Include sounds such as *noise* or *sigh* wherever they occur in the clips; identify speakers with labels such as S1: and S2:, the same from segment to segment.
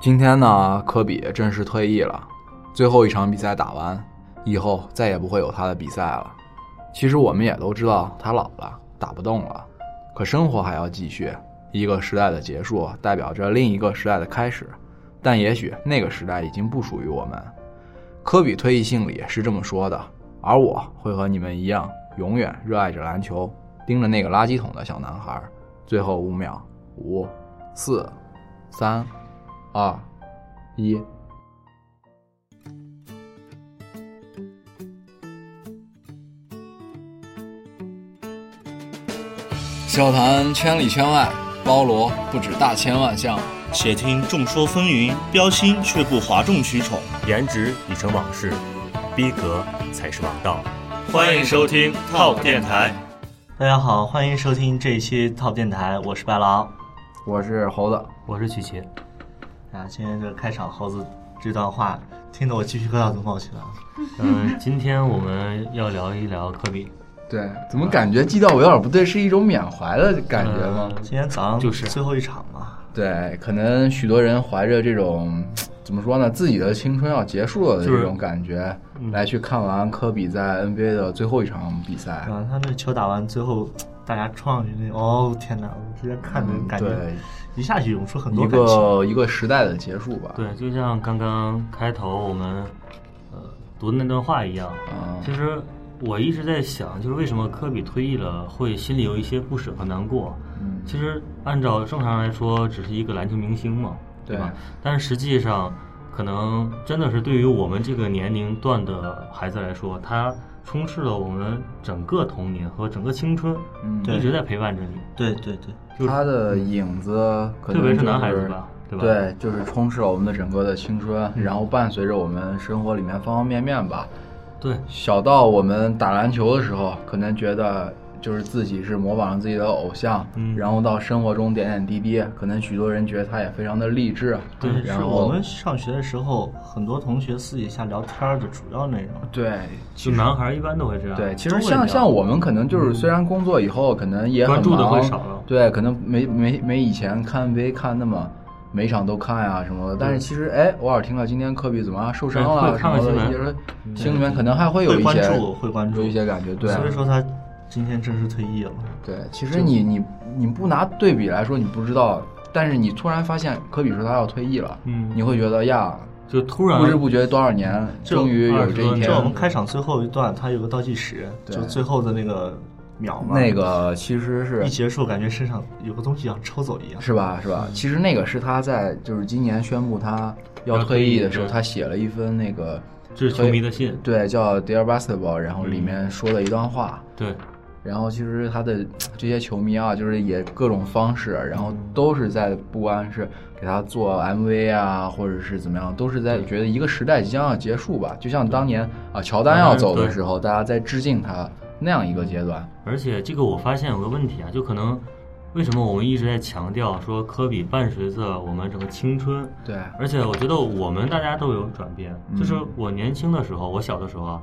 S1: 今天呢，科比正式退役了，最后一场比赛打完以后，再也不会有他的比赛了。其实我们也都知道他老了，打不动了，可生活还要继续。一个时代的结束代表着另一个时代的开始，但也许那个时代已经不属于我们。科比退役信里是这么说的，而我会和你们一样，永远热爱着篮球，盯着那个垃圾桶的小男孩。最后五秒，五、四、三、二、啊一。笑谈圈里圈外，包罗不止大千万项。
S2: 且听众说纷纭，标新却不哗众取宠。
S3: 颜值已成往事，逼格才是王道。
S2: 欢迎收听 Top 电台。
S4: 大家好，欢迎收听这一期 Top 电台，我是白狼。
S1: 我是猴子，
S3: 我是曲奇，
S4: 啊，今天这个开场猴子这段话，听得我鸡皮疙瘩都冒起来了。
S3: 嗯、今天我们要聊一聊科比，
S1: 对，怎么感觉记到我有点不对，是一种缅怀的感觉吗？
S4: 今天早上
S3: 就是啊
S4: 最后一场嘛，
S1: 对，可能许多人怀着这种怎么说呢，自己的青春要结束了的这种感觉，来去看完科比在 NBA 的最后一场比赛
S3: 哎
S4: 对。吧、他那球打完最后，大家冲上去那，哦天哪！我之前看的
S1: 嗯
S4: 感
S1: 对
S4: 觉，一下就涌出很
S1: 一
S4: 多感情。
S1: 个一个时代的结束吧。
S3: 对，就像刚刚开头我们呃读的那段话一样，
S1: 嗯
S3: 其实我一直在想，就是为什么科比退役了会心里有一些不舍和难过。
S1: 嗯
S3: 其实按照正常来说，只是一个篮球明星嘛，对吧？但是实际上，可能真的是对于我们这个年龄段的孩子来说，他充斥了我们整个童年和整个青春，
S1: 嗯
S4: 对
S3: 一直在陪伴着你。
S4: 对对对，
S3: 就是
S1: 他的影子可能、就是，
S3: 特别是男孩子吧对吧嗯
S1: 对，就是充斥了我们的整个的青春，然后伴随着我们生活里面方方面面吧。
S3: 对，
S1: 小到我们打篮球的时候，可能觉得就是自己是模仿自己的偶像，
S3: 嗯
S1: 然后到生活中点点滴滴，可能许多人觉得他也非常的励志。
S3: 对
S4: 但
S1: 然
S4: 是
S1: 后
S4: 我们上学的时候，很多同学私底下聊天儿的主要内容。
S1: 对，
S3: 就男孩一般都会这样。啊
S1: 对，其
S3: 都
S1: 实
S3: 会
S1: 像
S3: 聊
S1: 像我们可能就是虽然工作以后可能也很忙，
S3: 关注的会少啊了
S1: 对，可能没没没以前看 NBA 看那么每场都看呀、什么的，但是其实哎，偶尔听到今天科比怎么啊受伤
S3: 对
S1: 了
S3: 哎会
S1: 什
S3: 看看
S1: 么的，
S3: 新闻嗯
S1: 也是心里面可能还会有一
S4: 会
S1: 些
S4: 关注会关注
S1: 有一些感觉，对。
S4: 所以说他今天正式退役了。
S1: 对，其实你你你不拿对比来说，你不知道，但是你突然发现科比说他要退役了，
S3: 嗯
S1: 你会觉得呀，
S3: 就突然
S1: 不知不觉多少年，终于有这一
S3: 20
S1: 天
S4: 这我们开场最后一段，它有个倒计时，
S1: 对
S4: 就最后的那个秒嘛。
S1: 那个其实是
S4: 一结束，感觉身上有个东西要抽走一样。
S1: 是吧？是
S3: 嗯
S1: 吧？其实那个是他在就是今年宣布他要
S3: 要
S1: 退
S3: 退
S1: 役
S3: 役
S1: 的时候，
S3: 对
S1: 他写了一封那个
S3: 这是球迷的信。
S1: 对叫《Dear Basketball》，然后
S3: 嗯
S1: 里面说了一段话。
S3: 对，
S1: 然后其实他的这些球迷啊，就是也各种方式，然后都是在不管是给他做 MV 啊，或者是怎么样，都是在觉得一个时代即将要结束吧。就像当年啊乔丹要走的时候，大家在致敬他那样一个阶段。
S3: 而且这个我发现有个问题啊，就可能为什么我们一直在强调说科比伴随着我们整个青春，
S1: 对，
S3: 而且我觉得我们大家都有转变，
S1: 嗯
S3: 就是我年轻的时候，我小的时候啊，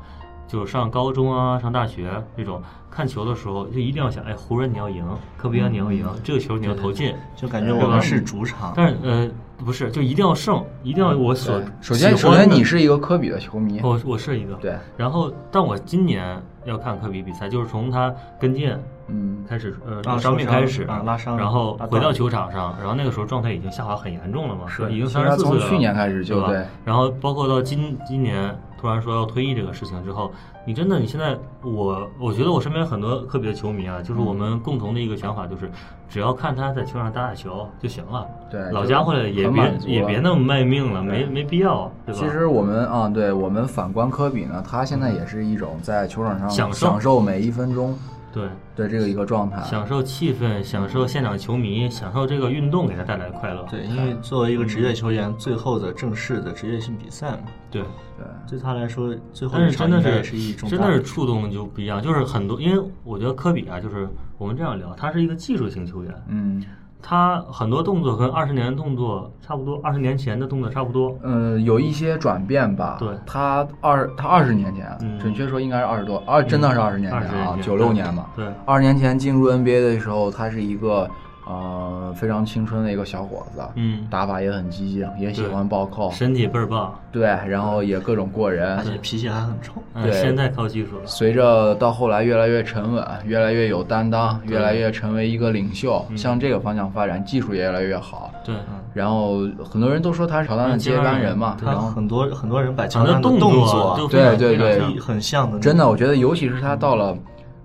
S3: 就上高中啊、上大学这种看球的时候，就一定要想，哎，湖人你要赢，科比啊你要赢，
S1: 嗯
S3: 这个球你要投进。
S4: 就感觉我们是主场，
S3: 但是呃，不是，就一定要胜，一定要我所
S1: 嗯对首先
S3: 喜
S1: 首
S3: 欢的
S1: 先你是一个科比的球迷，
S3: 我我是一个
S1: 对，
S3: 然后，但我今年要看科比比赛，就是从他跟腱
S1: 嗯，
S3: 开始，呃，
S4: 啊
S3: 伤病开始
S4: 受伤啊拉伤
S3: 然后
S4: 拉断
S3: 回到球场上，然后那个时候状态已经下滑很严重了嘛，
S1: 是
S3: 已经
S1: 其实
S3: 三
S1: 他
S3: 十四
S1: 从
S3: 岁了，
S1: 去年开始就
S3: 对吧
S1: 对
S3: 然后包括到今今年突然说要退役这个事情之后，你真的你现在我我觉得我身边很多科比的球迷啊，就是
S1: 嗯
S3: 我们共同的一个想法就是，只要看他在球场打打球就行了，
S1: 对
S3: 老
S1: 就
S3: 家伙也
S1: 很
S3: 别
S1: 满足
S3: 也
S1: 了
S3: 别那么卖命了，没没必要，对吧？
S1: 其实我们啊，对我们反观科比呢，他现在也是一种在球场上
S3: 享受
S1: 享受每一分钟
S3: 对。
S1: 的这个一个状态。
S3: 享受气氛，享受现场球迷，享受这个运动给他带来的快乐。
S4: 对，因为作为一个职业球员，最后的正式的职业性比赛嘛，
S3: 对，
S1: 对，
S4: 对他来说，最后
S3: 但
S4: 一
S3: 是
S4: 场
S3: 真
S4: 应
S3: 的
S4: 该
S3: 是
S4: 也是意义重大。
S3: 真的是触动就不一样，就是很多，因为我觉得科比啊，就是我们这样聊，他是一个技术型球员，
S1: 嗯，
S3: 他很多动作跟二十年动作差不多，二十年前的动作差不多。
S1: 呃，有一些转变吧。
S3: 对
S1: 他二他二十年前，
S3: 嗯
S1: 准确说应该是二十多，二真的是二十年前
S3: 20
S1: 啊
S3: 年，前
S1: 九六年嘛。
S3: 对
S1: 二十年前进入 NBA 的时候，他是一个呃，非常青春的一个小伙子，
S3: 嗯
S1: 打法也很激进，也喜欢暴扣，
S3: 身体倍儿棒，
S1: 对，然后也各种过
S4: 而
S1: 人，
S4: 且脾气还很冲。
S3: 嗯，
S1: 对
S3: 现在靠技术了，
S1: 随着到后来越来越沉稳，越来越有担当，越来越成为一个领袖，向这个方向发展，技术也越来越好。
S3: 对，
S1: 然后很多人都说他是乔丹的
S3: 嗯
S1: 接班人嘛，
S3: 接
S1: 然
S3: 班人
S1: 后
S4: 很多很多人把乔丹
S3: 讲的
S4: 的
S3: 动
S4: 动
S3: 作
S4: 作
S3: 就非常
S1: 对对
S3: 非常
S1: 对
S3: 像
S4: 很像的，
S1: 真的，我觉得尤其是他到了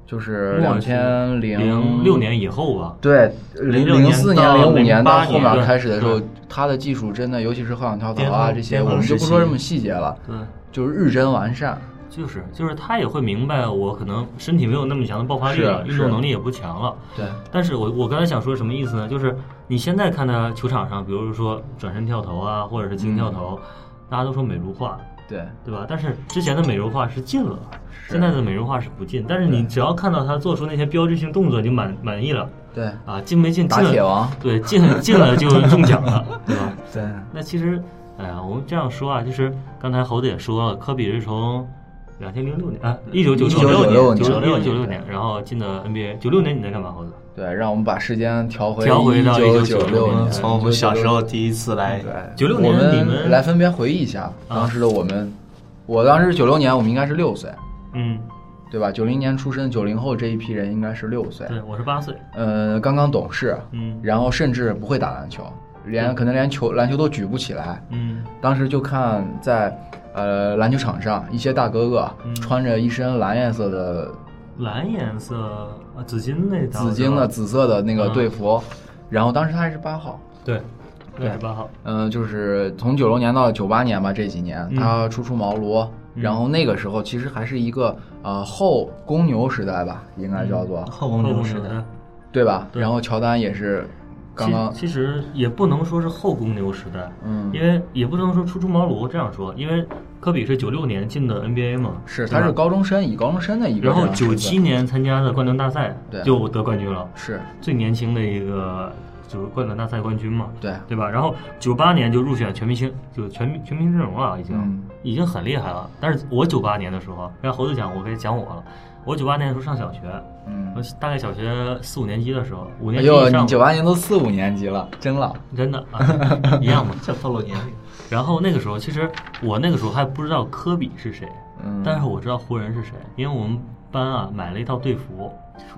S1: 就是两
S3: 末期
S1: 千
S3: 零六年以后吧，
S1: 对，零
S4: 06
S1: 零四
S4: 年
S1: 年、
S4: 到
S1: 零五年到
S4: 08
S1: 后面
S3: 年
S1: 开始的时候
S3: 对，
S1: 他的技术真的，尤其是后仰跳投
S4: 巅
S1: 啊
S4: 峰
S1: 这些，
S4: 巅
S1: 我
S4: 峰
S1: 们就
S4: 时
S1: 不说
S4: 期
S1: 这么细节了，
S3: 对，
S1: 就是日臻完善。
S3: 就是就是他也会明白，我可能身体没有那么强的爆发力
S1: 是
S3: 了，运动
S1: 是
S3: 能力也不强了。
S1: 对，
S3: 但是我我刚才想说什么意思呢？就是你现在看他球场上，比如说转身跳投啊，或者是轻跳投，大家都说美如画，
S1: 对，
S3: 对吧？但是之前的美如画是进了，现在的美如画是不进。但是你只要看到他做出那些标志性动作，你就满满意了
S1: 对，
S3: 啊，进没进？
S1: 打
S3: 进了
S1: 铁王
S3: *laughs* 对，进进了就中奖了，对吧？
S1: 对，
S3: 那其实，哎呀，我们这样说啊，就是刚才猴子也说了，科比是从两千零六年啊，一九九
S1: 1996
S3: 年，九
S1: 年
S3: 九六年，然后进的 NBA。九六年你在干嘛，猴子？
S1: 对，让我们把时间调回
S3: 调回到
S1: 九
S3: 1996
S1: 六
S3: 年
S1: 年，
S4: 从我们小时候第一次来，
S1: 对，
S3: 96
S1: 我
S3: 年你们
S1: 们来分别回忆一下当时的我们。我当时九六年，我们应该是六岁，
S3: 嗯，
S1: 对吧？九零年出生，九零后这一批人应该是六岁。
S3: 对，我是八岁，
S1: 呃，刚刚懂事，
S3: 嗯
S1: 然后甚至不会打篮球，连可能连球篮球都举不起来。
S3: 嗯，
S1: 当时就看在呃篮球场上，一些大哥哥穿着一身蓝颜色的
S3: 蓝颜色啊，紫金那套
S1: 紫金的
S3: 是吧，
S1: 紫色的那个队服，然后当时他还是八号。
S3: 对，六十八号，
S1: 嗯、就是从九六年到九八年吧，这几年
S3: 嗯
S1: 他初出茅庐，然后那个时候其实还是一个呃后公牛时代吧，应该叫做、
S3: 嗯
S4: 后公牛时代，
S3: 代。
S1: 对吧？然后乔丹也是刚刚
S3: 其其实也不能说是后公牛时代，
S1: 嗯
S3: 因为也不能说初出茅庐这样说，因为科比是九六年进的 NBA 嘛，
S1: 是
S3: 对吧
S1: 他是高中生，以高中生的一个这
S3: 然后
S1: 样的身份，
S3: 九七年参加的冠军大赛
S1: 对
S3: 就得冠军了，
S1: 是
S3: 最年轻的一个就是冠军大赛冠军嘛，
S1: 对
S3: 对吧？然后九八年就入选全明星，就是全明全明星阵容了，已经、
S1: 嗯
S3: 已经很厉害了。但是我九八年的时候，让猴子讲，我该讲我了。我九八年的时候上小学，
S1: 嗯
S3: 我大概小学四五年级的时候，五
S1: 哎
S3: 年级
S1: 呦，
S3: 以上
S1: 你九
S3: 吧，
S1: 八年都四五年级了，真老。
S3: 真的、啊、一 *laughs* 样嘛。
S4: *laughs* 这暴露年龄。
S3: 然后那个时候，其实我那个时候还不知道科比是谁，
S1: 嗯
S3: 但是我知道湖人是谁，因为我们班啊买了一套队服，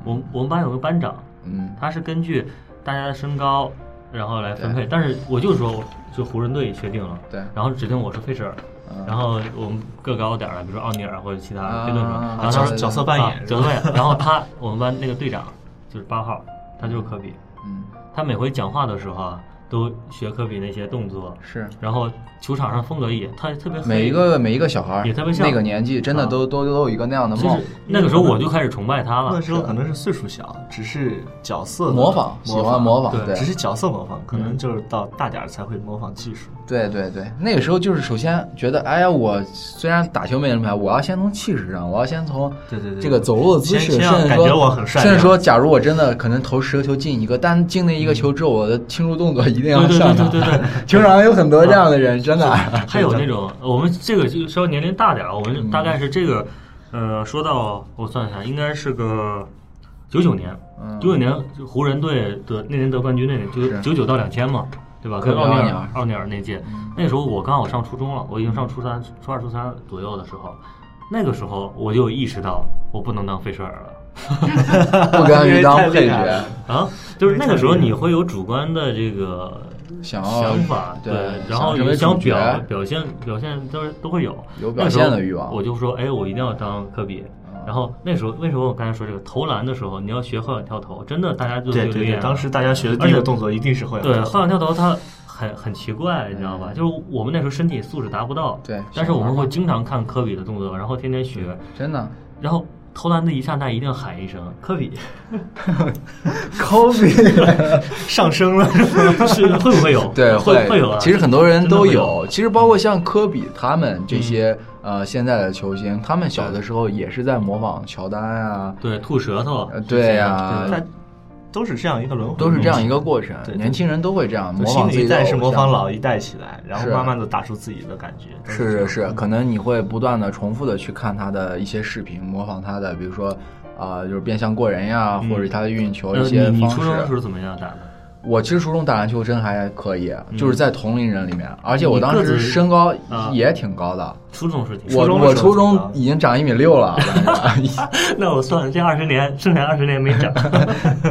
S3: 我们我们班有个班长，
S1: 嗯，
S3: 他是根据大家的身高然后来分配，但是我就说就湖人队确定了，
S1: 对
S3: 然后指定我是费舍尔，
S1: 嗯
S3: 然后我们个高点儿的，比如说奥尼尔或者其他
S1: 啊
S3: 的费顿什么，然后他
S1: 角
S3: 说
S4: 角色扮演
S3: 啊
S4: 是吧
S3: 角色扮演，然后他我们班那个队长就是八号，他就是科比，
S1: 嗯
S3: 他每回讲话的时候啊都学科比那些动作，
S1: 是
S3: 然后球场上风格也他特别黑
S1: 每一个每一个小孩儿
S3: 也特别像
S1: 那个年纪，真的都都都有一个那样的
S3: 就
S1: 梦
S3: 是，那个时候我就开始崇拜他了
S4: 那。时候可能是岁数小，只是角色的
S1: 模仿喜欢模仿，
S3: 对
S1: 对
S4: 只是角色模仿，可
S3: 嗯
S4: 能就是到大点儿才会模仿技术。
S1: 对对对，那个时候就是首先觉得，哎呀，我虽然打球没人排，我要先从气势上，我要先从
S4: 对对对
S1: 这个走路的姿势，
S4: 先先
S1: 甚
S4: 要
S1: 至
S4: 感
S1: 说
S4: 觉我很帅
S1: 甚至
S4: 这样
S1: 说，假如我真的可能投十个球进一个，但进那一个球之后，我的庆祝动作一定要
S3: 对对
S1: 上
S3: 对
S1: 场。
S3: 对对
S1: *laughs*
S3: 对，
S1: 球场上有很多这样的人，
S3: *laughs*
S1: 真的。啊
S3: 还有那种，我们这个就稍微年龄大点儿，我
S1: 嗯
S3: 们大概是这个，呃，说到我算一下，应该是个九九年，
S1: 嗯
S3: 九九年就湖人队得那年得冠军，那年就是九九到两千嘛，对吧？
S1: 科
S3: 跟
S1: 比
S3: 奥
S1: 奥尼
S3: 尼尔
S1: 尔
S3: 奥尼尔那届，
S1: 嗯
S3: 那时候我刚好上初中了，我已经上初三、初二、初三左右的时候，那个时候我就意识到我不能当费舍尔了。
S1: 不甘于当
S4: 因为太
S1: 配
S4: 厉
S1: 角
S4: 害了，
S3: 啊，就是那个时候你会有主观的这个
S1: 想要
S3: 想法，
S1: 对
S3: 然
S1: 想
S3: 后
S1: 成
S3: 你
S1: 为
S3: 想
S1: 主角
S3: 表表现表现都是都会有
S1: 有
S3: 那
S1: 表
S3: 时候
S1: 现的欲望啊
S3: 我就说，哎，我一定要当科比。然后那时候为什么我刚才说这个投篮的时候，你要学后仰跳投，真的大家就
S4: 对
S3: 就
S4: 对
S3: 练
S4: 对，
S3: 了
S4: 当时大家学的第一个动作一定是会
S3: 对后仰跳投它很很奇怪，你知道吧？就是我们那时候身体素质达不到，
S1: 嗯对
S3: 但是
S1: 小
S3: 我们
S1: 孩嘛嗯
S3: 会经常看科比的动作，然后天天学，
S1: 真的。
S3: 然后投篮的一刹那一定喊一声
S1: *laughs*
S3: 科比。
S1: 科比，
S4: 上升了。
S3: 是会不会有？
S1: 对，
S3: 会会有啊。
S1: 其实很多人都
S3: 真的嗯
S1: 有，其实包括像科比他们这些呃现在的球星，他们小的时候也是在模仿乔丹啊，
S3: 对吐舌头
S1: 呃，对呀，
S4: 啊它都是这样一个轮回，
S3: 嗯
S1: 都是这样一个过程
S4: 对。对
S1: 年轻人都会这样
S4: 就
S1: 模
S4: 新
S1: 仿
S4: 的
S1: 自己
S4: 一
S1: 的
S4: 代
S1: 偶
S4: 是
S1: 像
S4: 模仿老一代起来，然后
S1: 是
S4: 慢慢的打出自己的感觉。都
S1: 是是
S3: 嗯
S4: 这样
S1: 是，可能你会不断的重复的去看他的一些视频，模仿他的，比如说啊、就是变相过人呀，
S3: 嗯
S1: 或者他的运球
S3: 呃
S1: 一些
S3: 你你
S1: 方
S3: 初中的时
S1: 式。
S3: 候怎么样打的？
S1: 我其实初中打篮球真还可以，就是在同龄人里面，而且我
S3: 嗯你
S1: 当
S3: 个
S1: 时
S3: 子
S1: 身高
S3: 啊
S1: 也挺高的，
S3: 初中是挺
S1: 我
S4: 中的
S1: 我
S4: 时候
S1: 初
S4: 怎么
S1: 中
S4: 着
S1: 已经长一米六了， *laughs* 我感觉
S3: 那我算了，这二十年剩下二十年没
S1: *laughs*
S3: 长。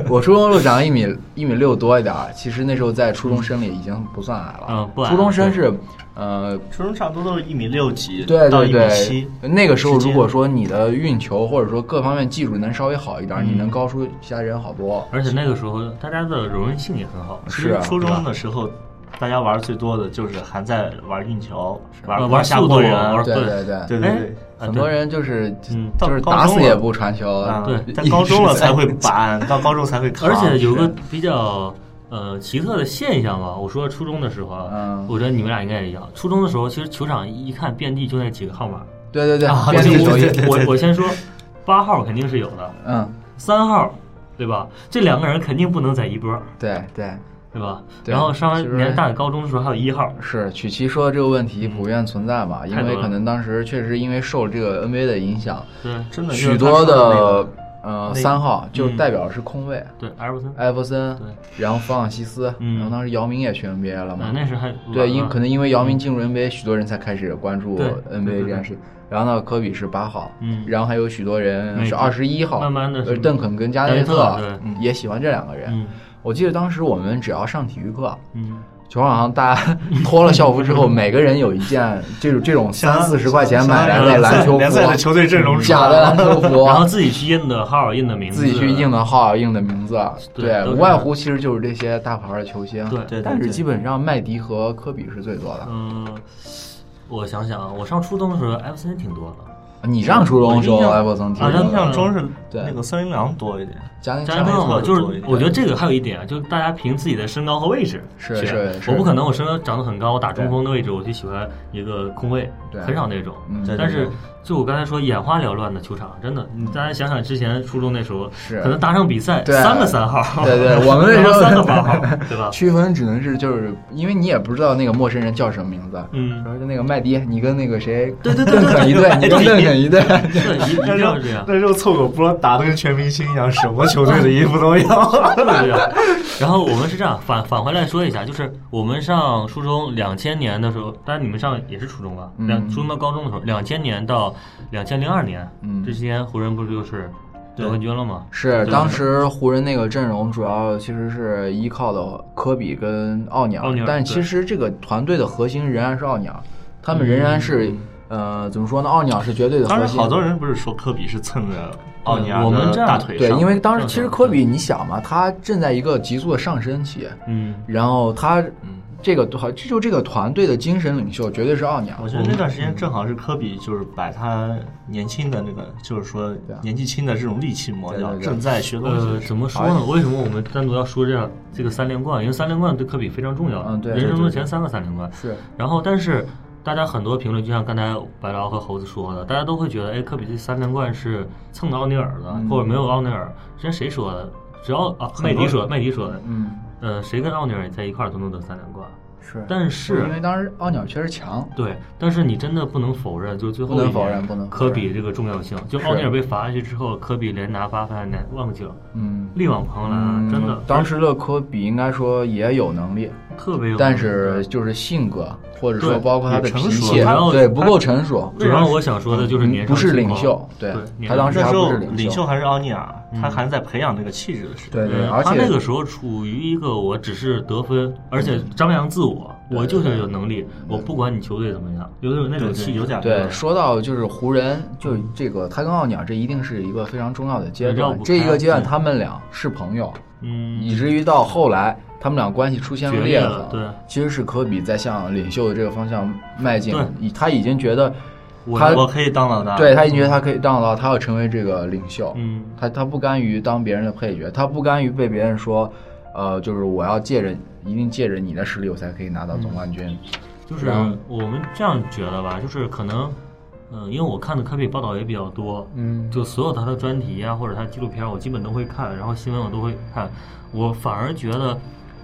S1: 我初中就长一米一米六多一点儿，其实那时候在初中生里已经不算矮了。
S3: 嗯不矮了
S1: 初中生是，呃，
S4: 初中差不多都是一米六几
S1: 对
S4: 到
S1: 对
S4: 一米七
S1: 对，，那个时候
S4: 之
S1: 如
S4: 间
S1: 果说你的运球或者说各方面技术能稍微好一点儿，
S4: 嗯
S1: 你能高出其他人好多。
S4: 啊
S3: 而且那个时候大家的柔韧性也很好，
S1: 是啊，
S4: 初
S1: 对
S4: 中
S1: 吧
S4: 的时候，大家玩儿最多的就是还在玩运
S1: 啊
S4: 球，
S3: 呃
S4: 玩
S3: 玩
S4: 下
S3: 速
S4: 过
S3: 度
S4: 人，
S3: 玩
S1: 对
S3: 对
S1: 对对，
S4: 对对对。
S3: 啊
S1: 很多
S3: 对
S1: 人就是
S3: 嗯
S1: 就是
S4: 到
S1: 打
S4: 高
S1: 死
S4: 中
S1: 也
S4: 了
S1: 不传球
S4: 啊，，
S3: 对
S4: 在高
S3: *laughs*
S4: 中了才会
S1: 一直在
S4: 板，到高中才会扛。
S3: 而
S1: 啊
S3: 且有个
S4: 是
S3: 比较呃奇特的现象吧，我说初中的时候啊，
S1: 嗯
S3: 我觉得你们俩应该也一样。初中的时候，其实球场一看遍地就那几个号码，
S1: 对对对，
S3: 我
S1: 遍
S3: 先
S1: 地走一
S4: 啊对，对
S3: 我我先说，八号肯定是有的，
S1: 嗯，
S3: 三号对吧？这两个人肯定不能在一波，
S1: 对对。
S3: 对吧？
S1: 对
S3: 然后上
S1: 其
S3: 完
S1: 实
S3: 年大高中的时候还有一号，
S1: 是曲奇说的这个问题
S4: 嗯
S1: 普遍存在吧，因
S3: 太多
S1: 为
S3: 了
S1: 可能当时确实因为受这个 NBA 的影响，
S3: 对
S4: 真的就是
S1: 许
S4: 他
S1: 多
S4: 说那
S1: 的
S4: 个
S1: 呃
S4: 那嗯
S1: 三号就代表是空位，
S3: 对，艾弗森，
S1: 艾弗森
S3: 对，
S1: 然后弗朗西斯，
S3: 嗯
S1: 然后当时姚明也去 NBA 了
S3: 啊
S1: 嘛，
S3: 那时还
S1: 对，因可能因为姚明
S3: 嗯
S1: 进入 NBA，许多人才开始关注
S3: 对对
S1: NBA
S3: 对
S1: 这件事。然后呢，科比是八号，
S3: 嗯
S1: 然后还有许多人
S3: 美
S1: 是
S3: 国
S1: 二十一号，
S3: 慢慢地
S1: 呃
S3: 是
S1: 邓肯跟加
S3: 加
S1: 内
S3: 内
S1: 特
S3: 特对
S1: 嗯也喜欢这两个人。
S3: 嗯
S1: 我记得当时我们只要上体育课，
S3: 嗯，
S1: 球场上大家 *laughs* 脱了校服之后，每个人有一件这种这种三四十块钱买来的篮
S3: *laughs*
S1: 球服，
S4: 联赛的球队阵容出来
S1: 假
S4: 了
S1: 的篮球服，
S3: 然后自己去印的号、印的名字，
S1: 自己去印的号、印的名字，
S3: 对
S1: 对，
S3: 都是
S1: 无外乎其实就是这些大牌的球星，
S3: 对
S4: 对对
S1: 但是
S4: 对
S1: 基本上麦迪和科比是最多的。
S3: 嗯，我想想啊，我上初中的时候，艾弗森挺多的，
S1: 你上初中的时候，
S4: 我印象
S1: 艾弗森踢
S3: 啊
S4: 我
S3: 那
S4: 印
S1: 的，
S4: 象中是
S1: 嗯对
S4: 那个森林狼多一点，
S1: 加内
S3: 加内特
S1: 特
S3: 嘛，
S4: 特
S3: 就是
S4: 多一点
S3: 我觉得这个还有一点啊，就是大家凭自己的身高和位置
S1: 是
S3: 去
S1: 是是
S3: 我不可能我身高长得很高，我打中锋的位置，我就喜欢一个空位，
S1: 对
S3: 很少那种。
S1: 嗯
S4: 对
S3: 但是就我刚才说眼花缭乱的球场，真的，大家想想之前初中那时候，
S1: 是
S3: 可能搭上比赛
S1: 对
S3: 三个三号，
S1: 对对我们那时候
S3: *laughs* 三个八号，对吧？
S1: 区分只能是就是因为你也不知道那个陌生人叫什么名字，
S3: 嗯
S1: 然后就那个麦迪，你跟那个谁，
S3: 对对对
S1: 邓肯一队，你跟邓肯一队，
S3: 对，一一定要这样。
S4: 那时候凑狗波打的跟全明星一样，什么球队的衣服都有。
S3: 对呀， *laughs* 然后我们是这样返返回来说一下，就是我们上初中两千年的时候，当然你们上也是初中吧？
S1: 嗯
S3: 两初中到高中的时候，两千年到两千零二年，
S1: 嗯
S3: 这期间湖人不是就是得冠军了吗？
S1: 是
S3: 对
S1: 当时湖人那个阵容主要其实是依靠的科比跟奥尼
S3: 奥尼
S1: 尔
S3: 尔，
S1: 但其实这个团队的核心仍然是奥尼尔，他们仍然是
S3: 嗯
S1: 呃怎么说呢？奥尼尔是绝对的
S4: 当
S1: 核
S4: 时
S1: 心，嗯
S4: 好多人不是说科比是蹭着奥尼尔
S3: 对我们
S4: 的
S3: 这样
S4: 大腿
S1: 对，
S4: 上，
S1: 因为当时
S3: 上
S1: 其实
S3: 场
S1: 科比，你想嘛，他正在一个急速的上升期，
S3: 嗯，
S1: 然后他这个团这就这个团队的精神领袖绝对是奥尼尔
S4: 我，觉得那段时间正好是科比，就是把他年轻的那个，就是说年纪轻的这种戾气磨掉，
S1: 啊对对对
S4: 正在学东西
S3: 呃，
S4: 的时
S3: 怎
S4: 候。
S3: 么说呢？为什么我们单独要说这样这个三连冠？因为三连冠对科比非常重要，
S1: 嗯对
S3: 人生
S1: 对
S3: 中
S1: 对
S3: 前三个三连冠。
S1: 是
S3: 然后，但是大家很多评论，就像刚才白劳和猴子说的，大家都会觉得，哎，科比这三连冠是蹭的奥尼尔
S1: 嗯
S3: 的，或者没有奥尼尔，之前谁
S1: *laughs*
S3: 说的？只要啊，麦迪说，麦迪说的，
S1: 嗯
S3: 呃，谁跟奥尼尔在一块儿都能得三连冠。
S1: 是，
S3: 但是
S1: 因为当时奥尼尔确实强，
S3: 对，但是你真的不能否认，就是最后
S1: 不能
S3: 一年
S1: 否认不能否
S3: 科
S1: 认
S3: 比这个重要性。就奥尼尔被罚下去之后，科比连拿八分，连忘记了，
S1: 嗯。
S3: 力挽狂澜啊，
S1: 嗯
S3: 真的。
S1: 当时的科比应该说也有能力，
S3: 特别有
S1: 但
S3: 可能
S1: 是就是性格，或者
S3: 对
S1: 说包括他的
S4: 也成
S1: 脾
S4: 熟
S1: 气
S3: 然后，
S1: 对
S3: 他
S1: 不够成熟，
S3: 主要我想说的就是年
S1: 嗯
S3: 少
S1: 不是
S3: 轻
S1: 领
S3: 狂
S1: 袖，对
S3: 对，年
S1: 他
S3: 少
S1: 当时
S4: 那
S1: 还
S4: 时
S1: 不
S4: 候
S1: 是
S4: 领
S1: 袖嗯
S4: 袖，还是奥尼尔，他还在培养那个气质的时代。
S1: 对对，
S3: 嗯
S1: 而
S3: 他那
S1: 且
S3: 个时候处于一个我只是得分，而且张扬自我，我就是有能力，我不管你球队怎么样，有种那种
S4: 对对
S3: 气，
S4: 有点
S1: 对，说到就是湖人，就这个他跟奥尼尔，这一定是一个非常重要的阶
S3: 绕
S1: 段
S3: 不。
S1: 这一
S3: 开
S1: 个阶段，他们俩是朋友，
S3: 嗯，
S1: 以至于到后来他们俩关系出现
S3: 决
S1: 裂
S3: 裂了
S1: 痕。
S3: 对，
S1: 其实是科比在向领袖的这个方向迈进
S3: 对，
S1: 以他已经觉得
S4: 我
S1: 他
S4: 我可以当老大。
S1: 对他已经觉得他可以当到，他要成为这个领袖。
S3: 嗯，
S1: 他他不甘于当别人的配角，他不甘于被别人说，呃，就是我要借着一定借着你的实力，我才可以拿到总冠军。
S4: 嗯
S3: 就是我们这样觉得吧，就是可能，嗯，因为我看的科比报道也比较多，
S1: 嗯，
S3: 就所有他的专题啊，或者他纪录片儿，我基本都会看，然后新闻我都会看。我反而觉得，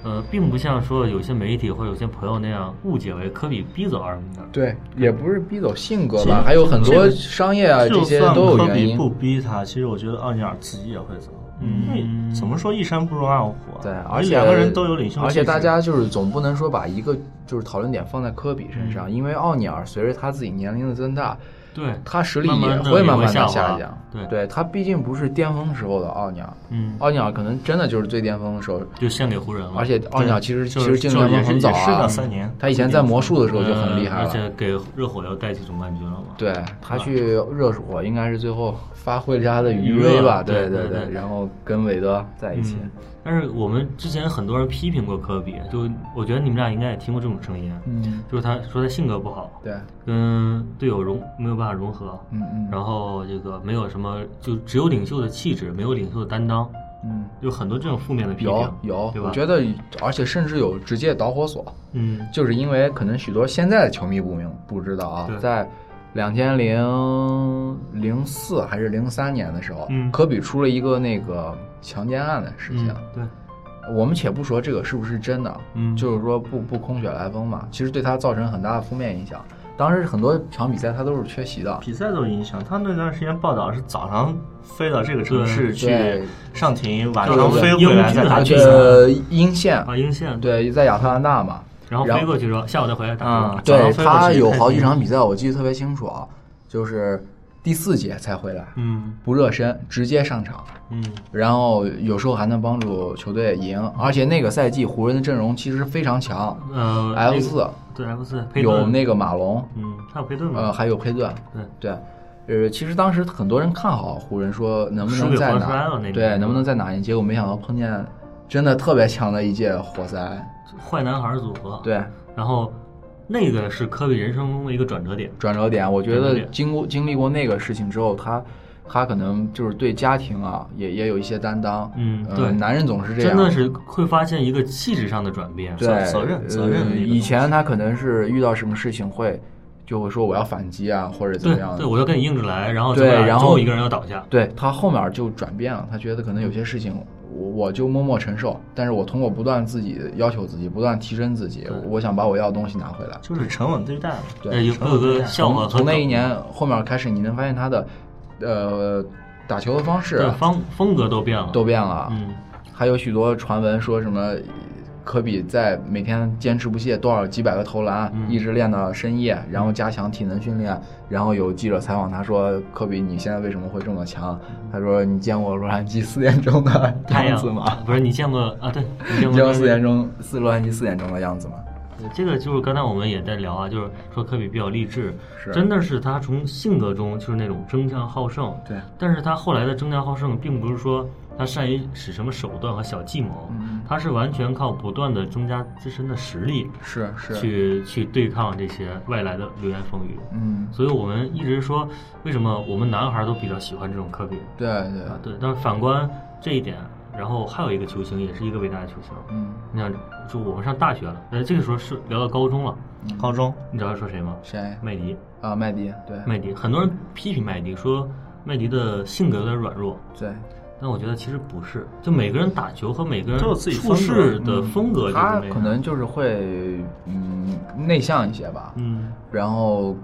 S3: 呃，并不像说有些媒体或者有些朋友那样误解为科比逼走二米尔。
S1: 对，也不是逼走性格
S4: 其
S1: 吧，
S4: 实
S1: 还有很
S4: 这
S1: 多
S4: 个
S1: 商业啊这
S4: 就
S1: 些
S4: 算
S1: 都有
S4: 科
S1: 原
S4: 比不
S1: 因。
S4: 逼他，其实我觉得奥尼尔自己也会走。嗯，怎么说一山不容二虎啊？
S1: 对，
S4: 因为
S1: 而且
S4: 两个人都有领袖气质，
S1: 而且大家就是总不能说把一个就是讨论点放在科比身上，因为奥尼尔随着他自己年龄的增大，
S3: 对，
S1: 他实力
S3: 慢慢
S1: 也
S3: 地
S1: 会
S3: 也
S1: 慢
S3: 会
S1: 慢
S3: 下
S1: 的
S3: 滑
S1: 下降。
S3: 对
S1: 他毕竟不是巅峰时候的奥尼尔，
S3: 嗯，
S1: 奥尼尔可能真的就是最巅峰的时候，
S3: 就献给湖人了。嗯
S1: 而且奥尼尔其实其
S4: 就
S1: 实
S4: 是
S1: 进
S4: 就
S1: 联
S4: 也
S1: 盟
S4: 是
S1: 很早
S4: 也是
S1: 啊
S4: 两，三年。
S1: 他以前在魔术的时候就很厉害
S3: 呃
S1: 了
S3: 而。且给热火要带去总冠军了嘛。
S1: 对他去热火，应该是最后发挥了他的余
S3: 余
S1: 威
S3: 热
S1: 吧？
S3: 对
S1: 对
S3: 对对
S1: 然后跟韦德在一起。
S3: 嗯但是我们之前很多人批评过科比，就我觉得你们俩应该也听过这种声音，
S1: 嗯，
S3: 就是他说他性格不好，
S1: 对，
S3: 跟队友融没有办法融合，
S1: 嗯嗯，
S3: 然后这个没有什么，就只有领袖的气质，没有领袖的担当，
S1: 嗯，
S3: 有很多这种负面的批
S1: 有
S3: 评，
S1: 有，
S3: 对吧？
S1: 我觉得，而且甚至有直接导火索，
S3: 嗯，
S1: 就是因为可能许多现在的球迷不明不知道啊
S3: 对，
S1: 在两千零零四还是零三年的时候，
S3: 嗯
S1: 科比出了一个那个强奸案的事情。
S3: 嗯，对，
S1: 我们且不说这个是不是真的，
S3: 嗯
S1: 就是说不不空穴来风嘛，其实对他造成很大的负面影响。当时很多场比赛他都是缺席的，
S4: 比赛都有影响。他那段时间报道是早上飞到这个城市
S1: 对
S4: 去上庭，晚
S3: 对
S4: 上
S3: 对
S4: 飞回来再打
S3: 英
S4: 比
S3: 俊
S4: 赛
S3: 还。
S1: 呃，阴线，
S3: 啊，阴线，，
S1: 对，在亚特兰大嘛，
S3: 然后
S1: 然后
S3: 飞过去说下午再回来打，
S4: 啊，早
S1: 对
S4: 上飞过
S1: 他
S4: 去
S1: 有
S4: 看
S1: 好几
S4: 球
S1: 场比赛我记得特别清楚啊，就是第四节才回来，
S3: 嗯
S1: 不热身，直接上场，
S3: 嗯，
S1: 然后有时候还能帮助球队赢，而且那个赛季湖人的阵容其实非常强
S3: 呃
S1: ，F
S3: 那
S1: 四
S3: 个对 F 四，佩
S1: 有
S3: 顿，
S1: 那个马龙，
S3: 嗯，还有佩顿
S1: 呃，
S3: 嘛，
S1: 还有佩顿，
S3: 对。
S1: 对，呃，其实当时很多人看好湖人，说能不
S3: 输
S1: 能
S3: 给
S1: 再
S3: 活塞了
S1: 拿，
S3: 那
S1: 对，
S3: 年嗯
S1: 能不能再拿一？结果没想到碰见真的特别强的一届活塞，
S3: 坏男孩组合，，
S1: 对，
S3: 然后那个是科比人生中的一个转折点，
S1: 转折点。我觉
S3: 转折
S1: 得
S3: 点
S1: 经过经历过那个事情之后，他他可能就是对家庭啊，也也有一些担当。
S3: 嗯
S1: 呃
S3: 对
S1: 男人总是这样，
S3: 真的是会发现一个气质上的转变，
S1: 对
S4: 责任
S1: 呃
S4: 责任的一个东西
S1: 以前他可能是遇到什么事情会就会说我要反击啊，或者怎么
S3: 对
S1: 样
S3: 对，。我要跟你硬着来，然后
S1: 对
S3: 咱们俩
S1: 然后
S3: 总有一个人要倒下，
S1: 对他后面就转变了，他觉得可能有些事情我我就默默承受，但是我通过不断自己要求自己，不断提升自己，我想把我要的东西拿回来。
S4: 就是沉稳对待嘛。
S3: 呃
S1: 对，
S3: 有有个笑话
S1: 从
S3: 和
S1: 从那一
S3: 梗
S1: 年后面开始，你能发现他的呃打球的方式
S3: 对方风格都变了，
S1: 都变了，
S3: 嗯，
S1: 还有许多传闻说什么。科比在每天坚持不懈多少几百个投篮，
S3: 嗯
S1: 一直练到深夜，然后加强体能训练。然后有记者采访他说：“科比，你现在为什么会这么强？”他说：“你见过洛杉矶四点钟的
S3: 嗯太
S1: 样
S3: 阳
S1: 子吗？
S3: 不是你见过啊？对，你见
S1: 你见
S3: 过
S1: 过四点钟四洛杉矶四点钟的样子吗？”
S3: 这个就是刚才我们也在聊啊，就是说科比比较励志，
S1: 是
S3: 真的是他从性格中就是那种争强好胜，
S1: 对，
S3: 但是他后来的争强好胜，并不是说他善于使什么手段和小计谋，
S1: 嗯
S3: 他是完全靠不断的增加自身的实力
S1: 是是，
S3: 去去对抗这些外来的流言风语。
S1: 嗯，
S3: 所以我们一直说，为什么我们男孩都比较喜欢这种科比
S1: 对对，
S3: 啊？对，但是反观这一点，然后还有一个球星，也是一个伟大的球星，
S1: 嗯，
S3: 你想，就我们上大学了，呃，这个时候是聊到高中了，
S4: 高中
S3: 你知道说谁吗？
S1: 谁
S3: 麦迪，
S1: 啊？麦迪，对
S3: 麦迪，很多人批评麦迪说麦迪的性格有点软弱，
S1: 对，
S3: 但我觉得其实不是，就每个人打球和每个人
S4: 都有自己
S3: 处
S4: 风格嗯
S3: 事的风格就是
S1: 他
S3: 那
S1: 可
S3: 样。
S1: 能就是会嗯内向一些吧，
S3: 嗯，
S1: 然后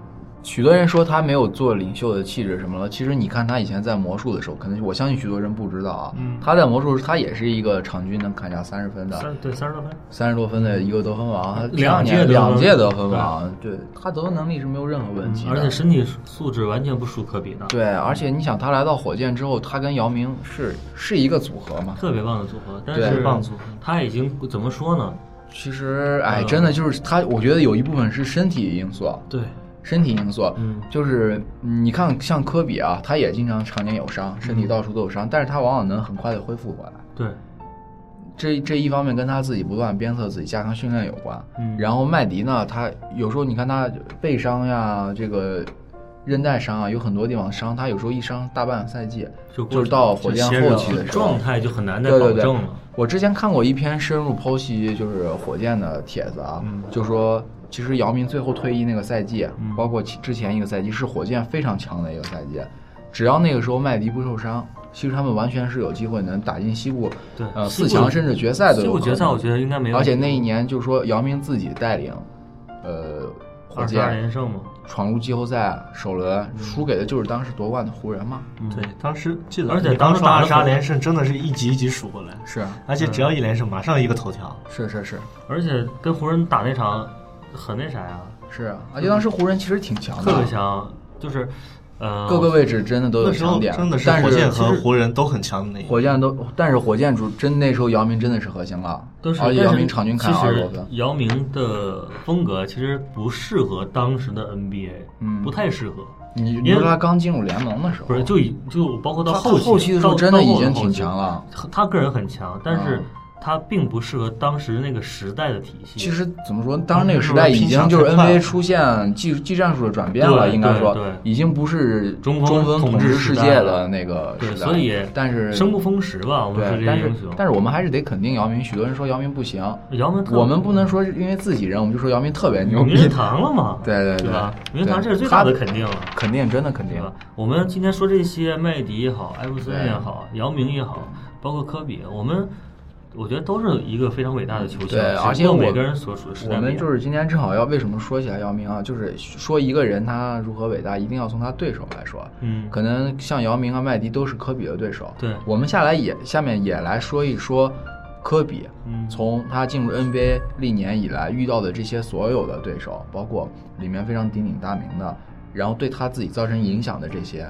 S1: 许多人说他没有做领袖的气质什么了，其实你看他以前在魔术的时候，可能我相信许多人不知道啊，他在魔术时他也是一个场均能砍下三十分的
S3: 嗯三对三十多分，
S1: 三十多分的一个得分王，他
S3: 两届
S1: 年
S3: 得分
S1: 两
S3: 王嗯
S1: 届得分王，对他得分能力是没有任何问题
S3: 而且
S1: 的。
S3: 身体素质完全不输科比的，
S1: 对，而且你想，他来到火箭之后，他跟姚明是是一个组合嘛？
S3: 特别棒的组合。但
S1: 对
S3: 是
S4: 棒组合
S3: 他已经怎么说呢？
S1: 其实，哎，真的就是他，我觉得有一部分是身体因素，啊
S3: 对，
S1: 身体因素，
S3: 嗯
S1: 就是嗯你看像科比啊，他也经常常年有伤，
S3: 嗯
S1: 身体到处都有伤，但是他往往能很快的恢复回来。
S3: 对，
S1: 这这一方面跟他自己不断鞭策自己、加强训练有关。
S3: 嗯
S1: 然后麦迪呢，他有时候你看他背伤呀，这个韧带伤啊，有很多地方伤，他有时候一伤大半个赛季，
S3: 就
S1: 就是到火箭后期
S3: 就
S1: 的时候
S3: 状。态就很难再
S1: 对
S3: 保
S1: 对对
S3: 证了。，
S1: 我之前看过一篇深入剖析就是火箭的帖子啊，
S3: 嗯
S1: 就说其啊实姚明最后退役那个赛季，包括其之前一个赛季是火箭非常强的一个赛季，啊只要那个时候麦迪不受伤，其实他们完全是有机会能打进西部，
S3: 对
S1: 呃，
S3: 西
S1: 四
S3: 部
S1: 强甚至决赛都
S3: 西
S1: 有
S3: 部
S1: 可能。
S3: 决赛我觉得应该没问题。
S1: 而且那一年就说姚明自己带领，呃，火
S3: 二十二
S1: 箭
S3: 连胜嘛，
S1: 闯入季后赛首轮，输给的就是当时夺冠的湖人嘛。
S3: 嗯
S4: 对，当时记得，
S3: 而且
S4: 你刚
S3: 当时
S4: 说
S3: 打
S4: 二
S3: 得
S4: 十二
S3: 很
S4: 连胜，真的是一级一级数过来，
S1: 是啊
S4: 而且只要一连胜，马上一个头条。
S1: 是是是
S3: 而且跟湖人打那场很那啥呀，
S1: 是啊，而且当时湖人其实挺强
S3: 特别
S1: 的，啊
S3: 强，就是呃
S1: 各个位置真的都有
S4: 那时
S1: 嗯
S4: 候
S1: 强点，
S4: 真的是
S1: 但
S4: 火箭
S1: 其
S4: 和
S1: 实
S4: 湖人都很强的那一
S1: 火箭都，但是火箭主真那时候姚明真的是核心了，
S3: 都是
S1: 而且
S3: 但
S1: 啊姚
S3: 是
S1: 明场均砍
S3: 其
S1: 二
S3: 实
S1: 十多分，
S3: 姚明的风格其实不适合当时的 NBA，
S1: 嗯
S3: 不太适合。
S1: 你你
S3: 因为
S1: 说他刚进入联盟的时候，
S3: 不是，就已就包括到
S1: 他
S3: 后
S1: 后期的时候
S3: 到
S1: 真的
S3: 到
S1: 已
S3: 后
S1: 经
S3: 后
S1: 挺
S3: 期
S1: 强了。
S3: 他个人很强，但是
S1: 嗯
S3: 他并不适合当时那个时代的体系。
S1: 其实怎么说，当时那个时代已经就是
S4: 嗯那时候拼抢太快
S1: NBA
S4: 了
S1: 出现技技战术的转变了，
S3: 对
S1: 应该说
S3: 对对
S1: 已经不是
S3: 中
S1: 锋
S3: 锋
S1: 统
S3: 统治
S1: 世
S3: 时
S1: 界
S3: 代
S1: 的
S3: 了
S1: 那个时
S3: 对，
S1: 代，
S3: 所以
S1: 但是
S3: 生不逢时吧，我们说
S1: 对，
S3: 这
S1: 但
S3: 些
S1: 是
S3: 英雄。嗯
S1: 但是我们还是得肯定姚明。许多人说姚明不行，
S3: 姚明特，
S1: 我们不能说是因为自己人我们就说姚明特别牛
S3: 名人
S1: 逼，
S3: 堂了嘛，
S1: 对对
S3: 对吧？名人
S1: 对
S3: 堂这是最
S1: 他
S3: 大的肯定了。
S1: 肯定真的肯定
S3: 对吧？我们今天说这些，麦迪也好，艾弗森也好，姚明也好，包括科比，我们我觉得都是一个非常伟大的球星，
S1: 对
S3: 只不过
S1: 而且我
S3: 每个人所处的时代
S1: 我
S3: 不一
S1: 们
S3: 样
S1: 就是今天正好要为什么说起来姚明啊， *laughs* 就是说一个人他如何伟大，一定要从他对手来说。
S3: 嗯，
S1: 可能像姚明啊、麦迪都是科比的对手。
S3: 对
S1: 我们下来也下面也来说一说科比，
S3: 嗯
S1: 从他进入 NBA 历年以来遇到的这些所有的对手，包括里面非常鼎鼎大名的，然后对他自己造成影响的这些，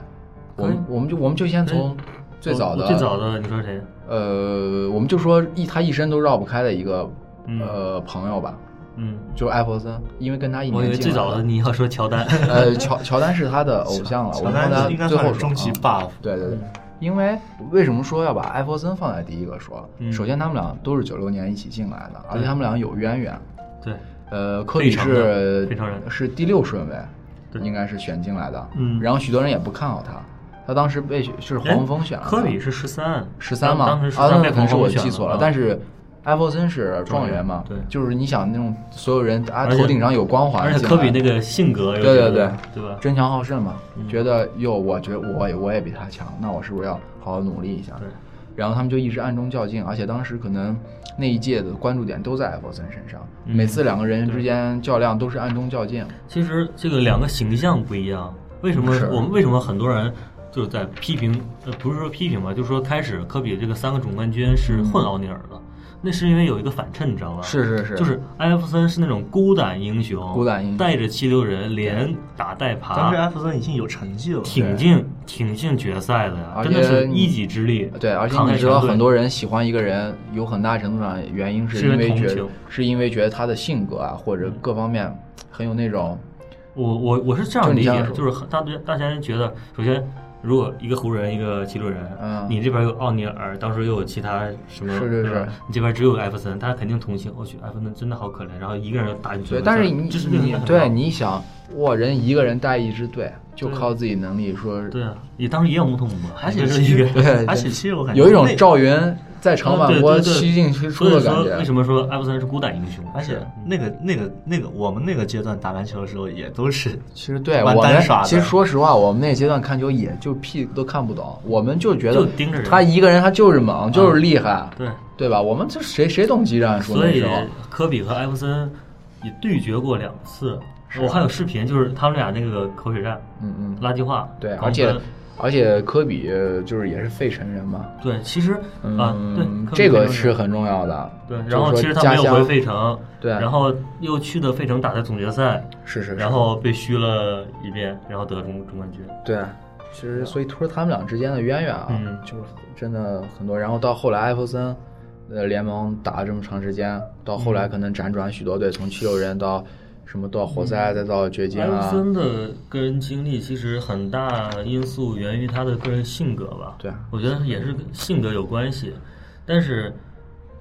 S1: 我
S3: 可
S1: 们
S3: 以
S1: 我们就我们就先从最早的
S3: 最早的你说谁？
S1: 呃，我们就说一他一生都绕不开的一个、
S3: 嗯
S1: 呃朋友吧，
S3: 嗯，
S1: 就是艾弗森，因为跟他一
S3: 我以
S1: 年
S3: 为
S1: 进
S3: 最
S1: 来
S3: 早的你要说乔
S1: *laughs*
S3: 丹，
S1: 呃，乔乔丹是他的偶像了，我
S4: 乔
S1: 们
S4: 丹
S1: 后
S4: 应
S1: 他
S4: 该
S1: 最后
S4: 算是
S1: 说
S4: 终极
S1: 啊
S4: buff。
S1: 对对对，
S3: 嗯
S1: 因为为什么说要把艾弗森放在第一个说？
S3: 嗯
S1: 首先他们俩都是九六年一起进来的，而且他们俩有渊源。
S3: 对，
S1: 呃，科比
S3: 非常人
S1: 是
S3: 非常人
S1: 是第六顺位，
S3: 对
S1: 应该是选进来的。
S3: 嗯
S1: 然后许多人也不看好他，他当时被是黄蜂选了。
S3: 哎科比是十三，
S1: 啊十三嘛，
S3: 当时十
S1: 啊，
S3: 三
S1: 那
S3: 被
S1: 可能
S3: 黄
S1: 是
S3: 蜂
S1: 我
S3: 选
S1: 记错了，
S3: 嗯
S1: 但是。艾弗森是状
S3: 状
S1: 元
S3: 元
S1: 嘛？
S3: 对
S1: 就是你想那种所有人啊，
S3: 而且
S1: 头顶上有光环
S3: 而且
S1: 进
S3: 科
S1: 来
S3: 比那个性格又
S1: 对对
S3: 是，
S1: 对
S3: 对吧？嗯
S1: 争强好胜嘛，觉得哟，我觉得我也我也比他强，那我是不是要好好努力一下？
S3: 对。
S1: 然后他们就一直暗中较劲，而且当时可能那一届的关注点都在艾弗森身上，
S3: 嗯
S1: 每次两个人之间较量都是暗中较劲。
S3: 其实这个两个形象不一样，为什么
S1: 是
S3: 我们为什么很多人就是在批评，呃，不是说批评吧，就是说开始科比这个三个总冠军是混奥尼尔的，那是因为有一个反衬，你知道吧？
S1: 嗯是是是，
S3: 就是艾弗森是那种孤胆英雄，
S1: 孤胆英雄
S3: 带着七六人连打带
S4: 当时
S3: 爬，
S1: 啊
S4: 艾弗森已经有成绩了，
S3: 挺进挺进决赛的呀，
S1: 而且
S3: 真的是一己之力。
S1: 对，而且
S3: 扛
S1: 你
S3: 下
S1: 知道
S3: 全队
S1: 很多人喜欢一个人，有很大程度上原因是
S3: 是因
S1: 因
S3: 为
S1: 为觉
S3: 同情
S1: 是因为觉得他的性格啊或者各方面很有那种
S3: 我我我是这样
S1: 就你
S3: 理
S1: 这
S3: 解
S1: 样
S3: 的，
S1: 说
S3: 就是很大家大家觉得，首先如果一个湖人一个七六人，
S1: 嗯
S3: 你这边有奥尼尔，当时又有其他什么，
S1: 是是
S3: 对吧
S1: 是
S3: 你这边只有艾弗森，他肯定同情，我去，艾弗森真的好可怜，然后一个人打你
S1: 对，但是你
S3: 这是
S1: 你对你想，哇，人一个人带一支队，就
S3: 对
S1: 靠自己能力说，
S3: 对啊，你当时也有木桶嘛，
S4: 而且
S3: 这是
S4: 其
S3: 一
S4: 实
S3: 个。 *laughs*
S1: 对
S4: 而且其实我感觉
S1: 有一种
S4: 那
S1: 赵云在
S3: 嗯啊
S1: 长坂坡西进西出
S3: 所
S1: 的
S3: 以
S1: 感
S3: 说，为
S1: 觉。
S3: 什么说艾弗森是孤胆英雄？
S4: 而且那个那个那个，我们那个阶段打篮球的时候也都是
S1: 其实对
S4: 蛮
S1: 我们
S4: 单耍，的
S1: 其实说实话，我们那阶段看球也就屁都看不懂，我们就觉得
S3: 就盯着人啊
S1: 他一个人，他就是猛，就是厉害，
S3: 对，
S1: 对吧？我们这谁谁懂技战术
S3: 所
S1: 那
S3: 以
S1: 时候？
S3: 科比和艾弗森也对决过两次，我还有视频，就是他们俩那个口水战、
S1: 嗯嗯，
S3: 垃圾话，
S1: 对，
S3: 狂
S1: 而且
S3: 喷
S1: 而且科比就是也是费城人嘛，
S3: 对，其实啊，对
S1: 嗯，，
S3: 科比
S1: 这个
S3: 佩顿
S1: 是很重要的。
S3: 对。
S1: 就是
S3: 然后
S1: 说
S3: 其实他
S1: 家
S3: 没有
S1: 乡
S3: 回费城，
S1: 对
S3: 然后又去的费城打的总决赛，
S1: 是是是
S3: 然后被虚了一遍，然后得总总冠军。
S1: 对，其实所以说他们俩之间的渊源啊，
S3: 嗯
S1: 就是真的很多。然后到后来艾弗森，呃，联盟打了这么长时间，到后
S3: 嗯
S1: 来可能辗转许多队，从七六人到什么到活塞，再到掘金
S3: 嗯艾弗
S1: 啊，
S3: 森的个人经历其实很大因素源于他的个人性格吧。
S1: 对
S3: 我觉得也是跟性格有关系。但是，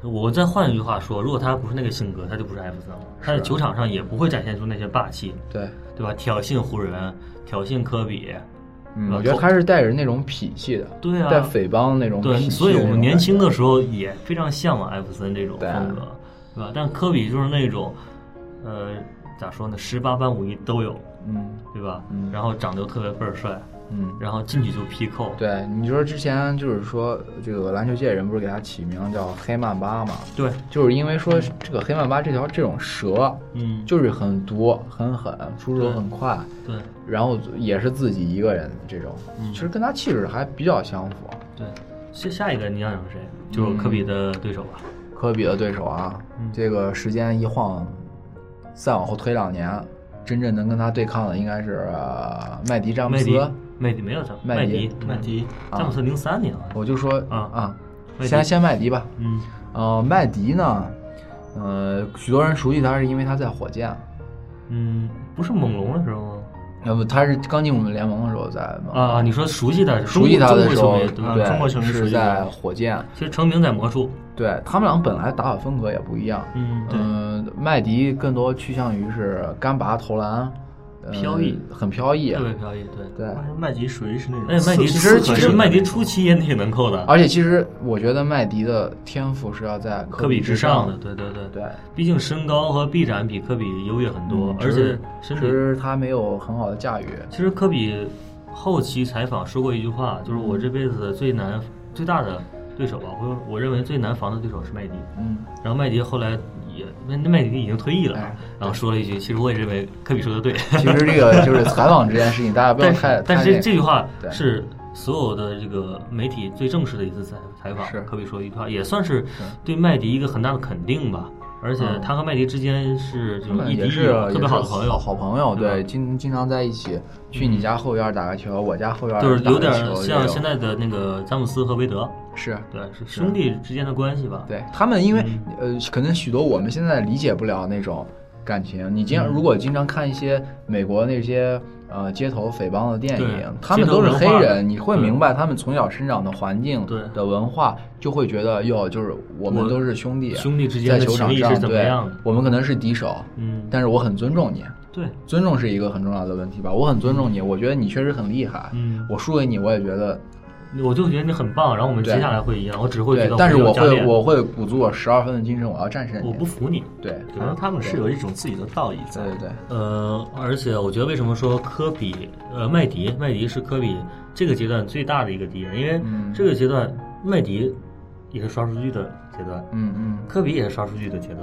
S3: 我再换一句话说，如果他不是那个性格，他就不是艾弗森了。他在
S1: 啊
S3: 球场上也不会展现出那些霸气，
S1: 对，
S3: 对吧？挑衅湖人，挑衅科比，
S1: 嗯，
S3: 呃
S1: 我觉得
S3: 从
S1: 他是带着那种痞气的，
S3: 对啊
S1: 带匪帮那种痞气
S3: 对，
S1: 的
S3: 所以我
S1: 那
S3: 们
S1: 种
S3: 年
S1: 感
S3: 轻
S1: 觉
S3: 的时候也非常向往艾弗森这种
S1: 对啊
S3: 风格，对吧？但科比就是那种，呃，咋说呢，十八般武艺都有，
S1: 嗯，
S3: 对吧？然后长得又特别倍儿帅，
S1: 嗯，
S3: 然后进去就劈扣，
S1: 对，你说之前就是说这个篮球界人不是给他起名叫黑曼巴嘛，
S3: 对，
S1: 就是因为说这个黑曼巴这条这种蛇，
S3: 嗯，
S1: 就是很毒、很狠，出手
S3: 对
S1: 很快，
S3: 对
S1: 然后也是自己一个人这种，
S3: 嗯
S1: 其实跟他气质还比较相符。
S3: 对。下下一个你想想是谁？就是科比的对手吧？
S1: 科比的对手啊，
S3: 嗯
S1: 这个时间一晃，再往后推两年，真正能跟他对抗的应该是、呃麦迪詹姆
S3: 麦
S1: 斯。
S3: 迪，麦迪没有詹姆斯，
S1: 麦
S3: 麦
S1: 迪啊
S3: 迪，
S4: 麦
S3: 嗯
S4: 迪，
S3: 詹姆斯零三年了，
S1: 我就说
S3: 啊
S1: 啊，
S3: 麦迪
S1: 先先麦迪吧。
S3: 嗯，
S1: 呃，麦迪呢，呃，许多人熟悉他是因为他在火箭，
S3: 嗯，不是猛龙的时候吗？
S1: 要呃不他是刚进我们联盟的时候在嘛
S3: 啊，你说熟悉的
S1: 熟悉他的时候，
S3: 中国球迷对吧
S1: 对，
S4: 中国球迷熟
S1: 是
S4: 悉他
S1: 在火箭。
S3: 其实成名在魔术，
S1: 对他们俩本来打法风格也不一样，
S3: 嗯对，
S1: 嗯，麦迪更多趋向于是干拔投篮，呃
S3: 飘逸
S1: 很飘逸，
S3: 特别飘逸，对。
S1: 对。
S4: 但是麦迪属于是那种
S3: 而且
S4: 四，
S3: 哎麦迪
S4: 四
S3: 其实
S4: 合
S3: 其
S4: 适
S3: 实
S4: 的
S3: 麦迪
S4: 那种啊
S3: 初期也挺能扣的，
S1: 而且其实我觉得麦迪的天赋是要在
S3: 科
S1: 比
S3: 比
S1: 之
S3: 之上的，
S1: 的，
S3: 对对对
S1: 对，
S3: 毕竟身高和臂展比科比优越很
S4: 嗯
S3: 多，而且
S1: 其
S3: 身体。
S1: 实他没有很好的驾驭，
S3: 其实科比后期采访说过一句话，就是我这辈子最难、最大的对手吧，我我认为最难防的对手是麦迪。
S1: 嗯，
S3: 然后麦迪后来也，麦麦迪已经退役了
S1: 哎，
S3: 然后说了一句，其实我也认为科比说的对。 *laughs*
S1: 其实这个就是采访这件事情，大家不要
S3: 但
S1: 太
S3: 是但
S1: 太
S3: 是
S1: 那
S3: 这这句话
S1: 对
S3: 是所有的这个媒体最正式的一次采采访，
S1: 是
S3: 科比说的一句话，也算是对麦迪一个很大的肯定吧。而且他和麦迪之间是
S1: 嗯
S3: 这
S1: 他
S3: 种
S1: 们
S3: 亦敌
S1: 也
S3: 亦
S1: 是
S3: 友，特
S1: 也是
S3: 别好的朋友，
S1: 好朋友，
S3: 对吧嗯
S1: 对，经经常在一起，去你家后院打个球，我家后院
S3: 就是
S1: 打
S3: 有
S1: 个
S3: 点
S1: 球这
S3: 像
S1: 种
S3: 现在的那个詹姆斯和韦德，
S1: 是
S3: 对，是兄弟之间的关系吧？
S1: 对他们，因为、
S3: 嗯
S1: 呃，可能许多我们现在理解不了那种感情。你经常、如果经常看一些美国那些呃街头匪帮的电
S3: 对
S1: 影，他们都是黑
S3: 街头文化
S1: 人，你会
S3: 对
S1: 明白他们从小生长的环境
S3: 对
S1: 的文化，就会觉得哟，就是我们
S3: 我
S1: 都是兄弟，
S3: 兄弟之间
S1: 在
S3: 的
S1: 球
S3: 情
S1: 场
S3: 谊
S1: 上
S3: 是怎么
S1: 对
S3: 样的？
S1: 我们可能是敌手，
S3: 嗯，
S1: 但是我很尊重你。
S3: 对，
S1: 尊重是一个很重要的问题吧，我很尊重你，我觉得你确实很厉害，
S3: 嗯，
S1: 我输给你我也觉得
S3: 我就觉得你很棒，然后我们
S1: 对
S3: 接下来会一样，我只会觉
S1: 对
S3: 得，
S1: 但是
S3: 我
S1: 我
S3: 加
S1: 会
S3: 冕
S1: 我会鼓足我十二分的精神，我要战胜你，
S3: 我不服你，
S1: 对，
S4: 可能他们是有一种自己的道义在
S1: 对。对对，
S3: 呃，而且我觉得为什么说科比，呃，麦迪，麦迪是科比这个阶段最大的一个敌人，因为
S1: 嗯
S3: 这个阶段麦迪也是刷数据的阶段，
S1: 嗯嗯，
S3: 科比也是刷数据的阶段，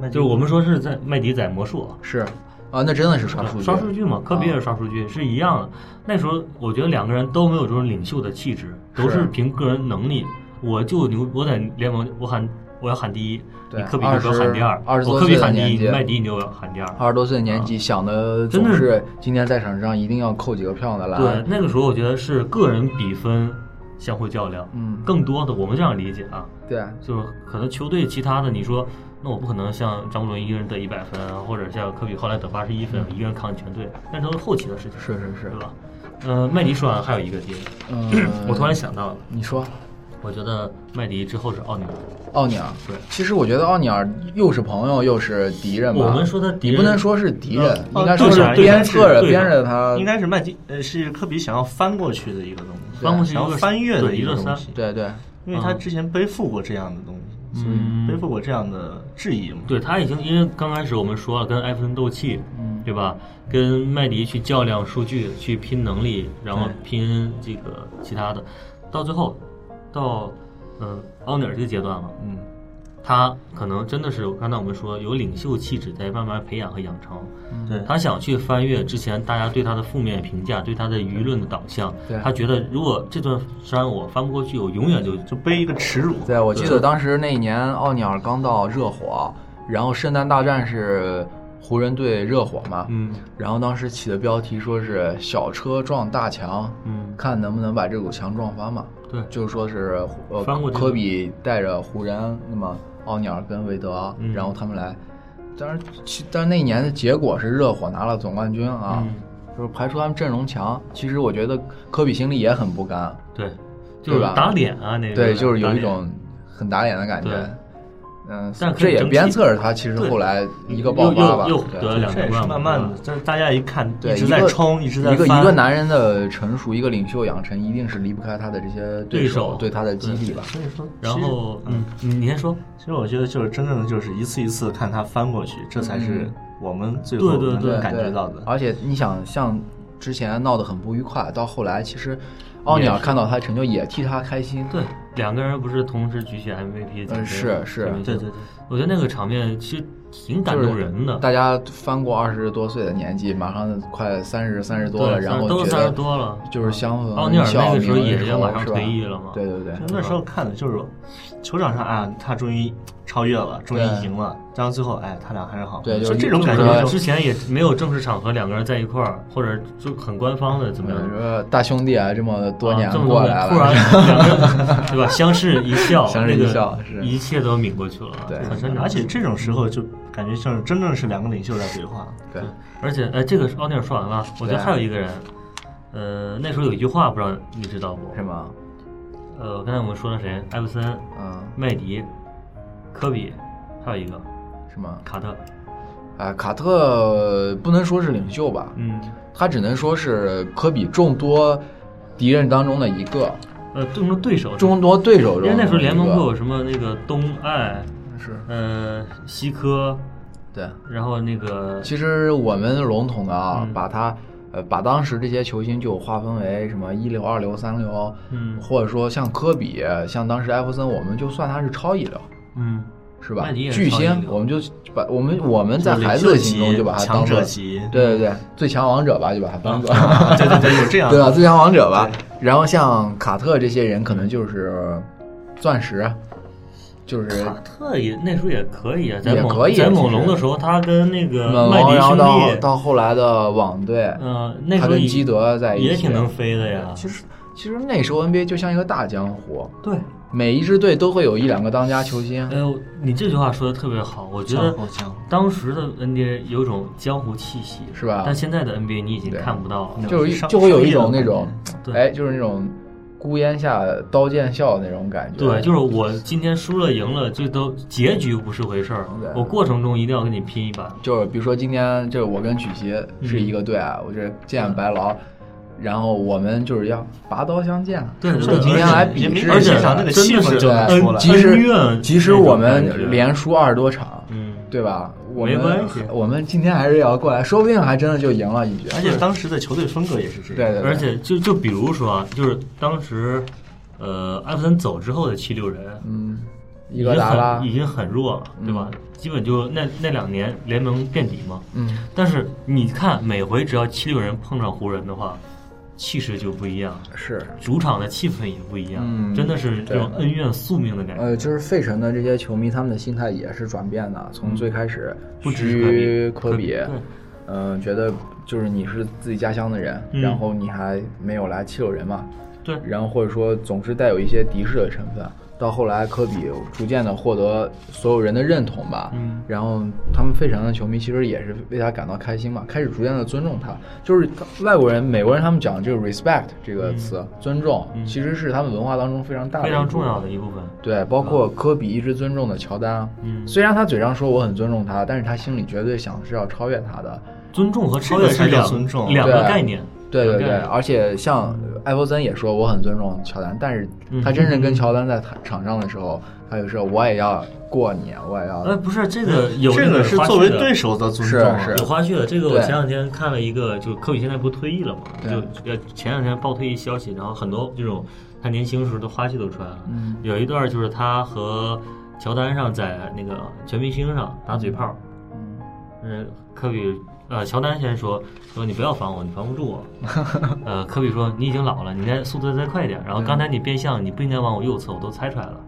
S4: 麦迪
S3: 就是我们说是在麦迪在魔术啊，
S1: 是啊，那真的是刷数据，啊
S3: 刷数据嘛，科比也是刷数据，是一样的。那时候我觉得两个人都没有这种领袖的气质，都
S1: 是
S3: 是凭个人能力。我就牛，我在联盟，我喊我要喊第一，
S1: 对
S3: 你科比就给我喊第二
S1: 20，
S3: 我科比喊
S1: 岁的
S3: 第
S1: 年
S3: 一，
S1: 纪
S3: 你麦迪你就喊第二。
S1: 二十多岁的年纪，想的总
S3: 啊真
S1: 是今天在场上一定要扣几个漂亮的
S3: 对
S1: 篮，，
S3: 那个时候我觉得是个人比分相互较量，
S1: 嗯，
S3: 更多的我们这样理解啊， *clears throat*
S1: 对，
S3: 就是可能球队其他的你说，那我不可能像张伯伦一个人得一百分啊，或者像科比后来得八十一分，一个人扛全队，那都是后期的事情，
S1: 是是是
S3: 对，吧？呃，麦迪说完还有一个点，
S1: 嗯，
S3: 我突然想到了，
S1: 你说
S3: 我觉得麦迪之后是奥尼尔，
S1: 奥尼尔，
S3: 对，
S1: 其实我觉得奥尼尔又是朋友又是敌人吧，
S3: 我们说他敌
S1: 你
S3: 人啊
S1: 不能说是敌人，
S4: 呃
S1: 应该说
S4: 对
S1: 是
S4: 手
S1: 鞭策着
S3: 对手
S1: 鞭着他
S4: 应，该是麦迪，呃，是科比想要翻过去的一个东西，啊
S3: 翻过去一
S4: 想要
S3: 个
S4: 翻越的
S3: 对一嗯
S4: 个
S3: 个
S4: 东
S3: 三
S4: 西，
S1: 对对，
S4: 因为他之前背负过这样的东西，所以背负过这样的质疑嘛。
S3: 嗯对他已经因为刚开始我们说了跟艾弗森斗气，
S1: 嗯，
S3: 对吧？跟麦迪去较量数据，去拼能力，然后
S4: 对
S3: 拼这个其他的，到最后，到嗯奥尼尔这个阶段了，
S1: 嗯，
S3: 他可能真的是刚才我们说有领袖气质在慢慢培养和养成，
S1: 嗯
S4: 对
S3: 他想去翻越之前大家对他的负面评价，对他的舆论的导向
S1: 对，
S3: 他觉得如果这段山我翻不过去，我永远就
S4: 就背一个耻辱。
S1: 对，我记得当时那一年奥尼尔刚到热火，然后圣诞大战是湖人队热火嘛，
S3: 嗯
S1: 然后当时起的标题说是“小车撞大墙”，
S3: 嗯
S1: 看能不能把这堵墙撞翻嘛。
S3: 对
S1: 就是说是呃，
S3: 翻过这个
S1: 科比带着湖人，那么奥尼尔跟韦德，啊
S3: 嗯
S1: 然后他们来。当然，其但是那一年的结果是热火拿了总冠军啊，
S3: 嗯
S1: 就是排除他们阵容强。其实我觉得科比心里也很不甘，
S3: 对，就是
S1: 吧
S3: 打脸啊那个
S1: 对，就是有
S3: 打
S1: 一
S3: 脸
S1: 种很打脸的感觉
S3: 对。
S1: 嗯，
S3: 但是
S1: 这
S3: 可以
S1: 也
S3: 争气
S1: 鞭策着他，其实
S3: 对
S1: 后来一个爆发吧，
S3: 又又
S1: 对
S3: 又得了两
S4: 这也
S3: 个
S4: 是
S3: 冠嘛
S4: 慢慢
S3: 对
S4: 的，
S3: 吧
S4: 但是大家一看，
S1: 对，
S4: 一直
S1: 一
S4: 在
S1: 个
S4: 冲，一直在
S1: 一个
S4: 翻
S1: 一个男人的成熟，一个领袖养成，一定是离不开他的这些
S3: 对
S1: 手
S3: 手
S1: 对他的激励吧。
S4: 所以说，
S3: 然后
S4: 其实
S3: 嗯，你你先说，
S4: 其实我觉得就是真正的就是一次一次看他翻过去，这才是我们最后
S3: 嗯对对
S4: 能
S3: 对
S4: 感觉到的。
S1: 而且你想，像之前闹得很不愉快，到后来其实奥尼尔看到他的成就也替他开心。
S3: 对，两个人不是同时举起
S1: 嗯
S3: MVP 奖杯吗
S1: 是是
S3: 明星
S4: 对对对
S3: 我觉得那个场面其实挺感动人的。
S1: 大家翻过二十多岁的年纪，马上快三十三十多了，
S3: 对
S1: 然后
S3: 都
S1: 觉
S3: 三十
S1: 得
S3: 多了，
S1: 就是相逢
S3: 奥尼尔那个时候
S1: 笑泯
S3: 也
S1: 恩
S3: 要
S1: 仇
S3: 马上
S1: 是吧
S3: 退役了嘛。
S1: 对对对，
S4: 那时候看的就是球场上啊，他终于超越了，终于
S1: 对
S4: 赢了，然后最后哎，他俩还是好，
S1: 对就是
S4: 就这种感
S1: 就是
S4: 觉
S3: 之
S4: 就
S3: 前也没有正式场合两个人在一块儿，或者就很官方的怎么样
S1: 你，说大兄弟啊，这么多年
S3: 啊这么
S1: 哎过
S3: 多
S1: 来
S3: 年突
S1: 了，
S3: 然两个人对吧？相视一笑，
S1: 相视一
S3: 那个
S1: 笑是
S3: 一切都泯过去了，
S1: 对
S3: 很深长。
S4: 而且这种时候就感觉像真正是两个领袖在对话，
S1: *laughs* 对，
S3: 而且哎，这个是奥尼尔说完了，我觉得
S1: 对啊
S3: 还有一个人，呃，那时候有一句话不知道你知道不
S1: 是？吗？
S3: 呃，刚才我们说了谁？艾弗森、
S1: 嗯，
S3: 麦迪、科比，还有一个
S1: 是吗？
S3: 卡特。
S1: 啊，卡特不能说是领袖吧，
S3: 嗯，
S1: 他只能说是科比众多敌人当中的一个，
S3: 呃，众多对手，
S1: 众多对手中
S3: 因
S1: 的一个。
S3: 为那时候联盟会有什么那个东爱，
S4: 嗯
S1: 是，
S3: 呃，西科，
S1: 对。
S3: 然后那个
S1: 其实我们笼统的啊，
S4: 嗯
S1: 把他呃把当时这些球星就划分为什么一流、二流、三流，
S3: 嗯
S1: 或者说像科比，像当时艾弗森，我们就算他是超一流。
S3: 嗯，
S1: 是吧
S3: 麦迪？也是
S1: 巨
S3: 超一
S1: 星，
S3: 流
S1: 我们就把我们我们在
S4: 就是
S1: 孩子的
S4: 领袖
S1: 心中
S4: 级
S1: 就把他
S4: 强
S1: 当做
S4: 者级嗯啊
S1: 对对对，最强王者吧，就把他当做。
S4: 对对对，有这样
S1: 对吧？啊最强王者吧。然后像卡特这些人，可能就是钻石，就是
S3: 卡特也那时候也可以啊，在
S1: 也
S3: 猛
S1: 可以
S3: 在
S1: 其
S3: 猛
S1: 实
S3: 龙的时候，他跟那个麦
S1: 龙，
S3: 迪
S1: 然后
S3: 兄
S1: 到
S3: 弟，
S1: 到后来的网队，
S3: 呃，那时
S1: 他
S3: 候
S1: 跟
S3: 也
S1: 基德在一起，
S3: 也挺能。飞的呀。
S1: 其实其实那时候 NBA 就像一个大江湖，
S3: 对，
S1: 每一支队都会有一两个当家球星。
S3: 呃，你这句话说的特别好，我觉
S4: 江
S3: 得
S4: 湖江湖
S3: 当时的 NBA 有种江湖气息，
S1: 是吧
S3: 但现在的 NBA 你已经看不到了。
S1: 就是一
S4: 商
S1: 就会有一
S4: 商
S1: 种
S4: 业的
S1: 那种，
S3: 对
S1: 哎，就是那种孤烟下刀剑笑的那种感觉。
S3: 对，就是我今天输了赢了，这都结局不是回事儿
S1: 对，
S3: 我过程中一定要跟你拼一把。
S1: 就是比如说今天就是我跟曲奇是一个队啊，
S3: 嗯
S1: 我这见白劳，然后我们就是要拔刀相见。啊
S3: 对对
S1: 就今天来比试，
S3: 而且
S4: 现场那个气
S3: 真的
S4: 氛
S3: 是
S4: 就能出
S3: 呃
S4: 来，
S1: 即
S3: 恩
S1: 使
S3: 怨
S1: 即使
S3: 那种
S1: 我
S3: 感觉
S1: 们连输二十多场，
S3: 嗯，
S1: 对吧？我们
S3: 没关系
S1: 我们今天还是要过来，说不定还真的就赢了一局。
S4: 而且当时的球队风格也是这
S1: 对
S4: 样，
S1: 对对，
S3: 而且就就比如说啊，就是当时，呃，艾弗森走之后的七六人，
S1: 嗯，
S3: 已
S1: 伊戈
S3: 经
S1: 达拉
S3: 很已，经很弱了，对吧？基本就那那两年联盟垫底嘛。
S1: 嗯，
S3: 但是你看，每回只要七六人碰上湖人的话，气势就不一样，
S1: 是。
S3: 主场的气氛也不一样，
S1: 嗯
S3: 真的是这种恩怨宿命的感觉。
S1: 呃，就是费城的这些球迷，他们的心态也是转变的。从最开始
S3: 嗯不只是
S1: 虚科
S3: 科比
S1: 比
S3: 对，
S1: 嗯、觉得就是你是自己家乡的人，
S3: 嗯
S1: 然后你还没有来七六人嘛，
S3: 对
S1: 然后或者说总是带有一些敌视的成分。到后来，科比逐渐的获得所有人的认同吧，
S3: 嗯
S1: 然后他们费城的球迷其实也是为他感到开心嘛，开始逐渐的尊重他。就是外国人、美国人他们讲这个 respect 这个词，尊重，其实是他们文化当中非常大的
S3: 嗯非
S1: 一
S3: 常
S1: 部
S3: 重
S1: 分
S3: 要的一部分。
S1: 对，包括科比一直尊重的乔丹，啊
S3: 嗯
S1: 虽然他嘴上说我很尊重他，但是他心里绝对想是要超越他的。
S3: 尊重和超
S4: 这
S3: 越
S4: 个
S3: 是
S4: 才叫
S3: 两
S4: 尊重
S3: 两个
S1: 对
S3: 概念。
S1: 对
S3: 两
S1: 对
S3: 个概
S1: 对，
S3: 念
S1: 而且像艾弗森也说我很尊重乔丹，但是他真正跟乔丹在场场上的时候，他就说我也要过你，我也
S3: 哎，
S1: 要。
S3: 不是这个有
S4: 这个是
S3: 花絮
S4: 作为
S3: 的
S4: 对手的尊重啊，
S1: 是
S3: 有花絮的，这个我
S1: 对
S3: 前两天看了一个，就是科比现在不退役了嘛，
S1: 对
S3: 就呃前两天爆退役消息，然后很多这种他年轻时候的花絮都出来了。
S1: 嗯
S3: 有一段就是他和乔丹上在那个全明星上打嘴炮，嗯，科比呃乔丹先说说你不要防我，你防不住我。呃，科比说你已经老了，你应该速度再快一点。然后刚才你变向，你不应该往我右侧，我都猜出来了。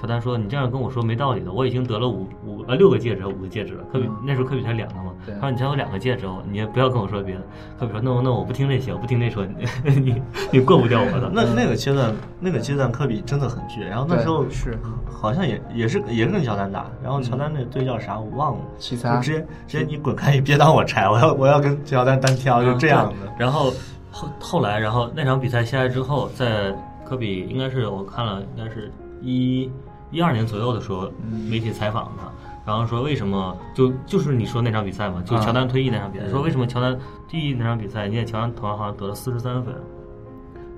S3: 乔丹说：“你这样跟我说没道理的，我已经得了五五呃六个戒指，五个戒指了。科比、那时候科比才两个嘛，
S1: 对
S3: 他说你才有两个戒指，哦，你也不要跟我说别的。科比说：no no，我不听这些，我不听这说，你 *laughs* 你你过不掉我的。
S4: 那那个阶段，那个阶段科比真的很倔，然后那时候
S1: 对是
S4: 好像也也是也是跟乔丹打，然后乔丹
S1: 嗯
S4: 那队叫啥我忘了，
S1: 奇
S4: 就
S1: 才
S4: 直接直接你滚开，你别当我柴，我要我要跟乔丹单挑，就这样
S1: 嗯
S4: 的。
S3: 然后后后来，然后那场比赛下来之后，在科比应该是我看了，应该是一一二年左右的时候，
S1: 嗯
S3: 媒体采访他，然后说为什么就就是你说那场比赛嘛，就
S1: 啊
S3: 乔丹退役那场比赛，说为什么乔丹退役那场比赛，你看乔丹头上好像得了四十三分，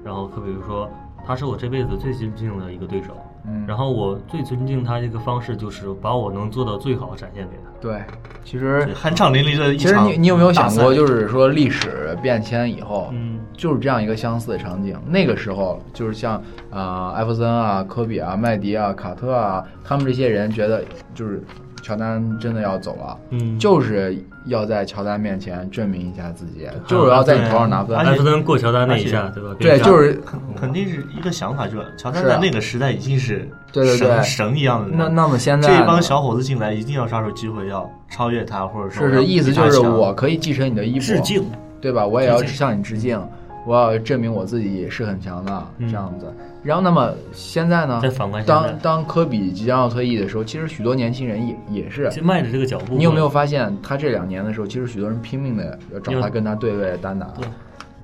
S3: 然后科比就说他是我这辈子最尊敬的一个对手，
S1: 嗯
S3: 然后我最尊敬他一个方式就是把我能做到最好展现给他。
S1: 对，其实
S4: 酣畅淋漓的一
S1: 其实
S4: 场
S1: 你你有没有
S4: 大
S1: 想
S4: 赛
S1: 过，就是说历史变迁以后，
S3: 嗯，
S1: 就是这样一个相似的场景。那个时候，就是像啊、呃艾弗森啊、科比啊、麦迪啊、卡特啊，他们这些人觉得就是乔丹真的要走了，
S3: 嗯
S1: 就是要在乔丹面前证明一下自己，就是要在你头上拿分。
S4: 而且
S3: 艾弗森过乔丹那一下，
S4: 而且
S3: 对吧？
S1: 对，就是
S3: 嗯
S4: 肯肯定是一个想法，就是乔丹
S1: 是啊
S4: 在那个时代已经是
S1: 对对对
S4: 神神一样的人
S1: 那
S4: 了。
S1: 那么现在
S4: 这帮
S1: 呢
S4: 小伙子进来一定要抓住机会，要超越他，或者说
S1: 是
S4: 要
S1: 是，
S4: 比
S1: 意思
S4: 他
S1: 就是
S4: 强
S1: 我可以继承你的衣服，
S4: 致敬，
S1: 对吧？我也要
S4: 致敬
S1: 向你致敬，我要证明我自己也是很强的这样子。然后，那么现在呢
S3: 嗯再反观？现在
S1: 当当科比即将要退役的时候，其实许多年轻人也也是。
S3: 就迈着这个脚步。
S1: 你有没有？发现，他这两年的时候，其实许多人拼命的要找他
S3: 要
S1: 跟他对位单打，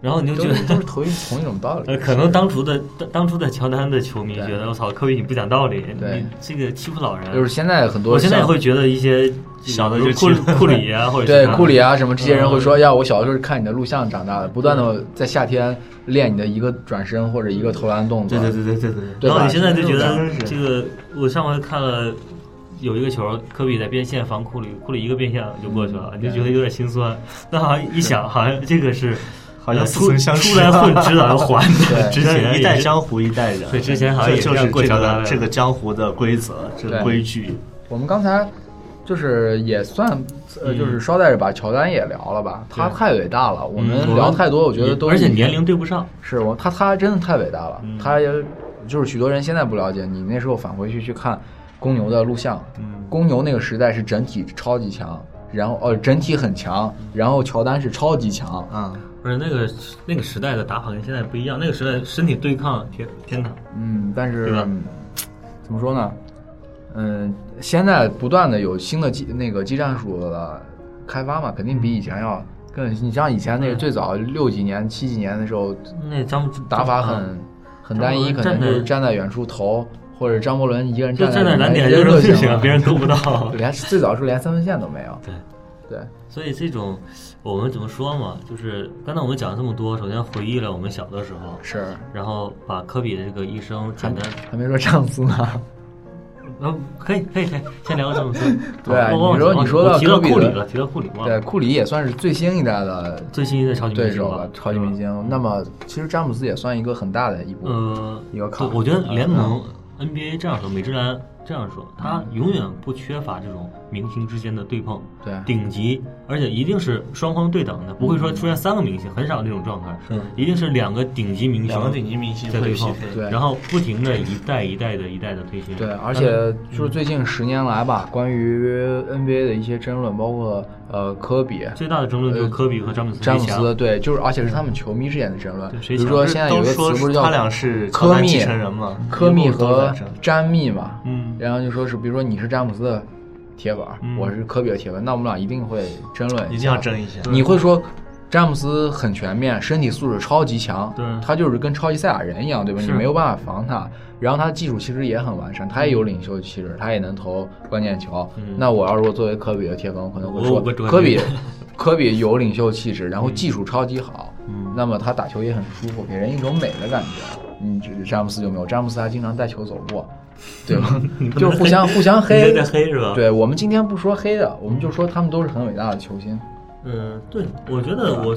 S3: 然后你就
S1: 都
S3: 觉
S1: 是都是
S3: 得，
S1: 同一同一种道理。
S3: *laughs* 呃，可能当初的当当初的乔丹的球迷
S1: 对
S3: 觉得，我操，科比你不讲道理，
S1: 对
S3: 你这个欺负老人。
S1: 就是现在很多
S3: 我现在也
S1: 像
S3: 会觉得一些
S4: 小的
S3: 比如
S4: 就
S3: 库
S4: 欺负
S3: 库里啊，
S1: *laughs*
S3: 或者
S1: 对
S3: 其他的
S1: 库里啊什么这些人会
S3: 嗯
S1: 说，呀，我小的时候是看你的录像长大的，不断的在夏天练你的一个转身或者一个投篮动作。
S4: 对对对对对对
S1: 对
S3: 然后
S1: 吧
S3: 你现在就觉得
S4: 真是
S3: 这个，我上回看了有一个球，科比在边线防库里，库里一个变线就过去了，
S1: 嗯
S3: 你就觉得有点心酸。但好像一想，好像这个是
S4: *laughs* 好像
S3: 呃
S4: 似
S3: 出
S4: 曾相识
S3: 出来混吃来还的，
S1: *laughs* 对
S3: 之前也是
S4: 一代江湖一代人，
S3: 对之前好像
S4: 这
S3: 也是
S4: 就
S3: 这样
S4: 是
S3: 过
S4: 这
S3: 桥的
S4: 个这个江湖的规则，这
S1: 对
S4: 个规矩。
S1: 我们刚才就是也算，
S3: 嗯
S1: 呃，就是捎带着把乔丹也聊了吧，他太伟大了，我们
S3: 我
S1: 聊太多，我觉得都
S3: 嗯而且年龄对嗯不上。
S1: 是我他他真的太伟大了，他也就是许多人现在不了解，你那时候返回去去看公牛的录像，
S3: 嗯
S1: 公牛那个时代是整体超级强，然后呃整体很强，然后乔丹是超级强，
S4: 啊，
S3: 而且那个那个时代的打法跟现在不一样，那个时代身体对抗天天哪，
S1: 嗯，但是
S3: 对吧
S1: 嗯怎么说呢？嗯，现在不断的有新的技那个技战术的开发嘛，肯定比以前要更。你像以前那个最早六几年、七几年的时候，
S3: 那咱们
S1: 打法很很单一，
S3: 张
S1: 可
S3: 伯伦
S1: 能
S3: 嗯站在
S1: 就是站在远处投，或者张伯伦一个人
S3: 就站在篮
S1: 底下
S3: 底下扔
S1: 就
S3: 就
S1: 行
S3: 行
S1: 了。
S3: 啊了，别人够不到
S1: 啊 *laughs* 连最早是连三分线都没有。
S3: 对。
S1: 对，
S3: 所以这种我们怎么说嘛，就是刚才我们讲了这么多，首先回忆了我们小的时候，
S1: 是
S3: 然后把科比的这个一生简单，
S1: 还没说上司呢。
S3: 嗯，可以可以可以，先聊这么多。
S1: *laughs* 对啊
S3: 我忘
S1: 你
S3: 了
S1: 说
S3: 忘了
S1: 你说到
S3: 我提到
S1: 科比
S3: 库里
S1: 的
S3: 了，提到库里忘
S1: 对，
S3: 了。
S1: 库里也算是最新一代的
S3: 最新一代超级
S1: 对
S3: 明星
S1: 手
S3: 吧
S1: 了，，超级明
S3: 星。
S1: 星。那么其实詹姆斯也算一个很大的一步。
S3: 呃，
S1: 一个坎
S3: 对我觉得联盟
S1: 嗯
S3: NBA 这样说，美职篮这样说，他永远不缺乏这种明星之间的对碰，
S1: 对
S3: 顶级，而且一定是双方对等的，不会
S1: 嗯
S3: 说出现三个明星，很少那种状态，一定是两个顶级明星，
S4: 两个顶级明星
S3: 在
S4: 会
S3: 对
S4: 匹
S3: 碰
S4: 配，
S1: 对
S3: 然后不停的一代一代的一代的推行，
S1: 对，
S4: 嗯
S1: 而且就是最近十年来吧，关于 NBA 的一些争论，包括呃科比、
S3: 最大的争论就是科比和詹姆斯
S1: 呃詹姆
S3: 谁强
S1: 斯，对，就是而且是他们球迷之间的争论。
S3: 对
S1: 比如
S3: 谁强
S1: 说
S4: 不是
S1: 现在有
S4: 都
S1: 一个词
S4: 说
S1: 不是
S4: 是
S1: 叫
S4: 他俩是乔
S1: 科
S4: 丹
S1: 密
S4: 继承人嘛？
S1: 科
S4: 一
S1: 密
S4: 路都
S1: 和
S4: 在争
S1: 詹密嘛，
S3: 嗯
S1: 然后就说是比如说你是詹姆斯的铁粉儿，
S4: 嗯
S1: 我是科比的铁粉，那我们俩一定会争论下，
S4: 一定要争一下。
S1: 你会说詹姆斯很全面，身体素质超级强，
S3: 对
S1: 他就是跟超级赛亚人一样，对吧？你
S3: 是嗯
S1: 没有办法防他。然后他技术其实也很完善，他也有领袖气质，他也能投关键球。那我要如果作为科比的铁粉，我可能会
S3: 我
S1: 说
S3: 嗯我嗯不
S1: 科比，科比有领袖气质，然后技术超级好，
S3: 嗯
S1: 那么他打球也很舒服，给人一种美的感觉。你这詹姆斯就没有，詹姆斯还经常带球走
S3: *laughs*
S1: 路，对吧？就是互相互相
S3: 你
S1: 黑
S3: 这 *laughs* 在。黑是啊吧？
S1: 对我们今天不说黑的，我们就说他们都是很伟大的球星。
S3: 嗯，对，我觉得我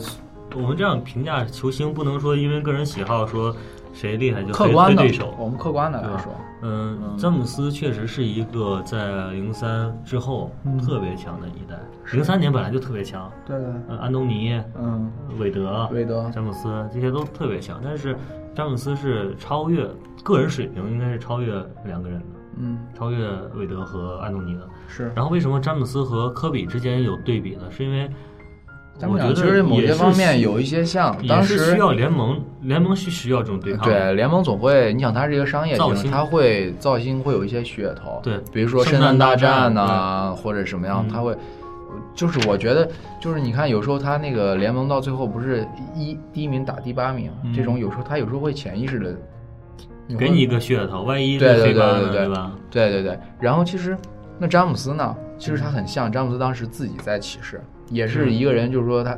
S3: 我们这样评价球星，不能说因为个人喜好说谁厉害就
S1: 客
S3: 黑
S1: 观
S3: 黑
S1: 的啊
S3: 对手，
S1: 我们客观的来说，
S3: 嗯，詹姆斯确实是一个在零三之后
S1: 嗯
S3: 特别强的一代。零三年本来就特别强，
S1: 对对，
S3: 呃，安东尼、
S1: 嗯，
S3: 韦德、
S1: 韦德
S3: 詹姆斯这些都特别强，但是詹姆斯是超越个人水平，应该是超越两个人的，
S1: 嗯，
S3: 超越韦德和安东尼的。
S1: 是。
S3: 然后为什么詹姆斯和科比之间有对比呢？是因为
S1: 咱
S3: 我
S1: 们
S3: 觉
S1: 俩
S3: 得
S1: 其实某些
S3: 也是
S1: 方面
S3: 需
S1: 有一些像，
S3: 也
S1: 当
S3: 是
S1: 时
S3: 需要联盟，联盟是需要这种对抗的。
S1: 对联盟总会，你想它是一个商业
S3: 造
S1: 性质，
S3: 星
S1: 它会造星会有一些噱头，
S3: 对
S1: 比如说
S3: 圣
S1: 诞
S3: 诞
S1: 大
S3: 大战嗯
S1: 呐、或者什么样，它会。就是我觉得，就是你看，有时候他那个联盟到最后不是一第一名打第八名，这种有时候他有时候会潜意识的，
S3: 嗯给你一个噱头，万一
S1: 对
S3: 是
S1: 对
S3: 黑八
S1: 对
S3: 呢，
S1: 对对
S3: 吧？
S1: 对对对，然后其实那詹姆斯呢，其实他很像詹姆斯当时自己在起势，也是一
S3: 嗯
S1: 个人，就是说他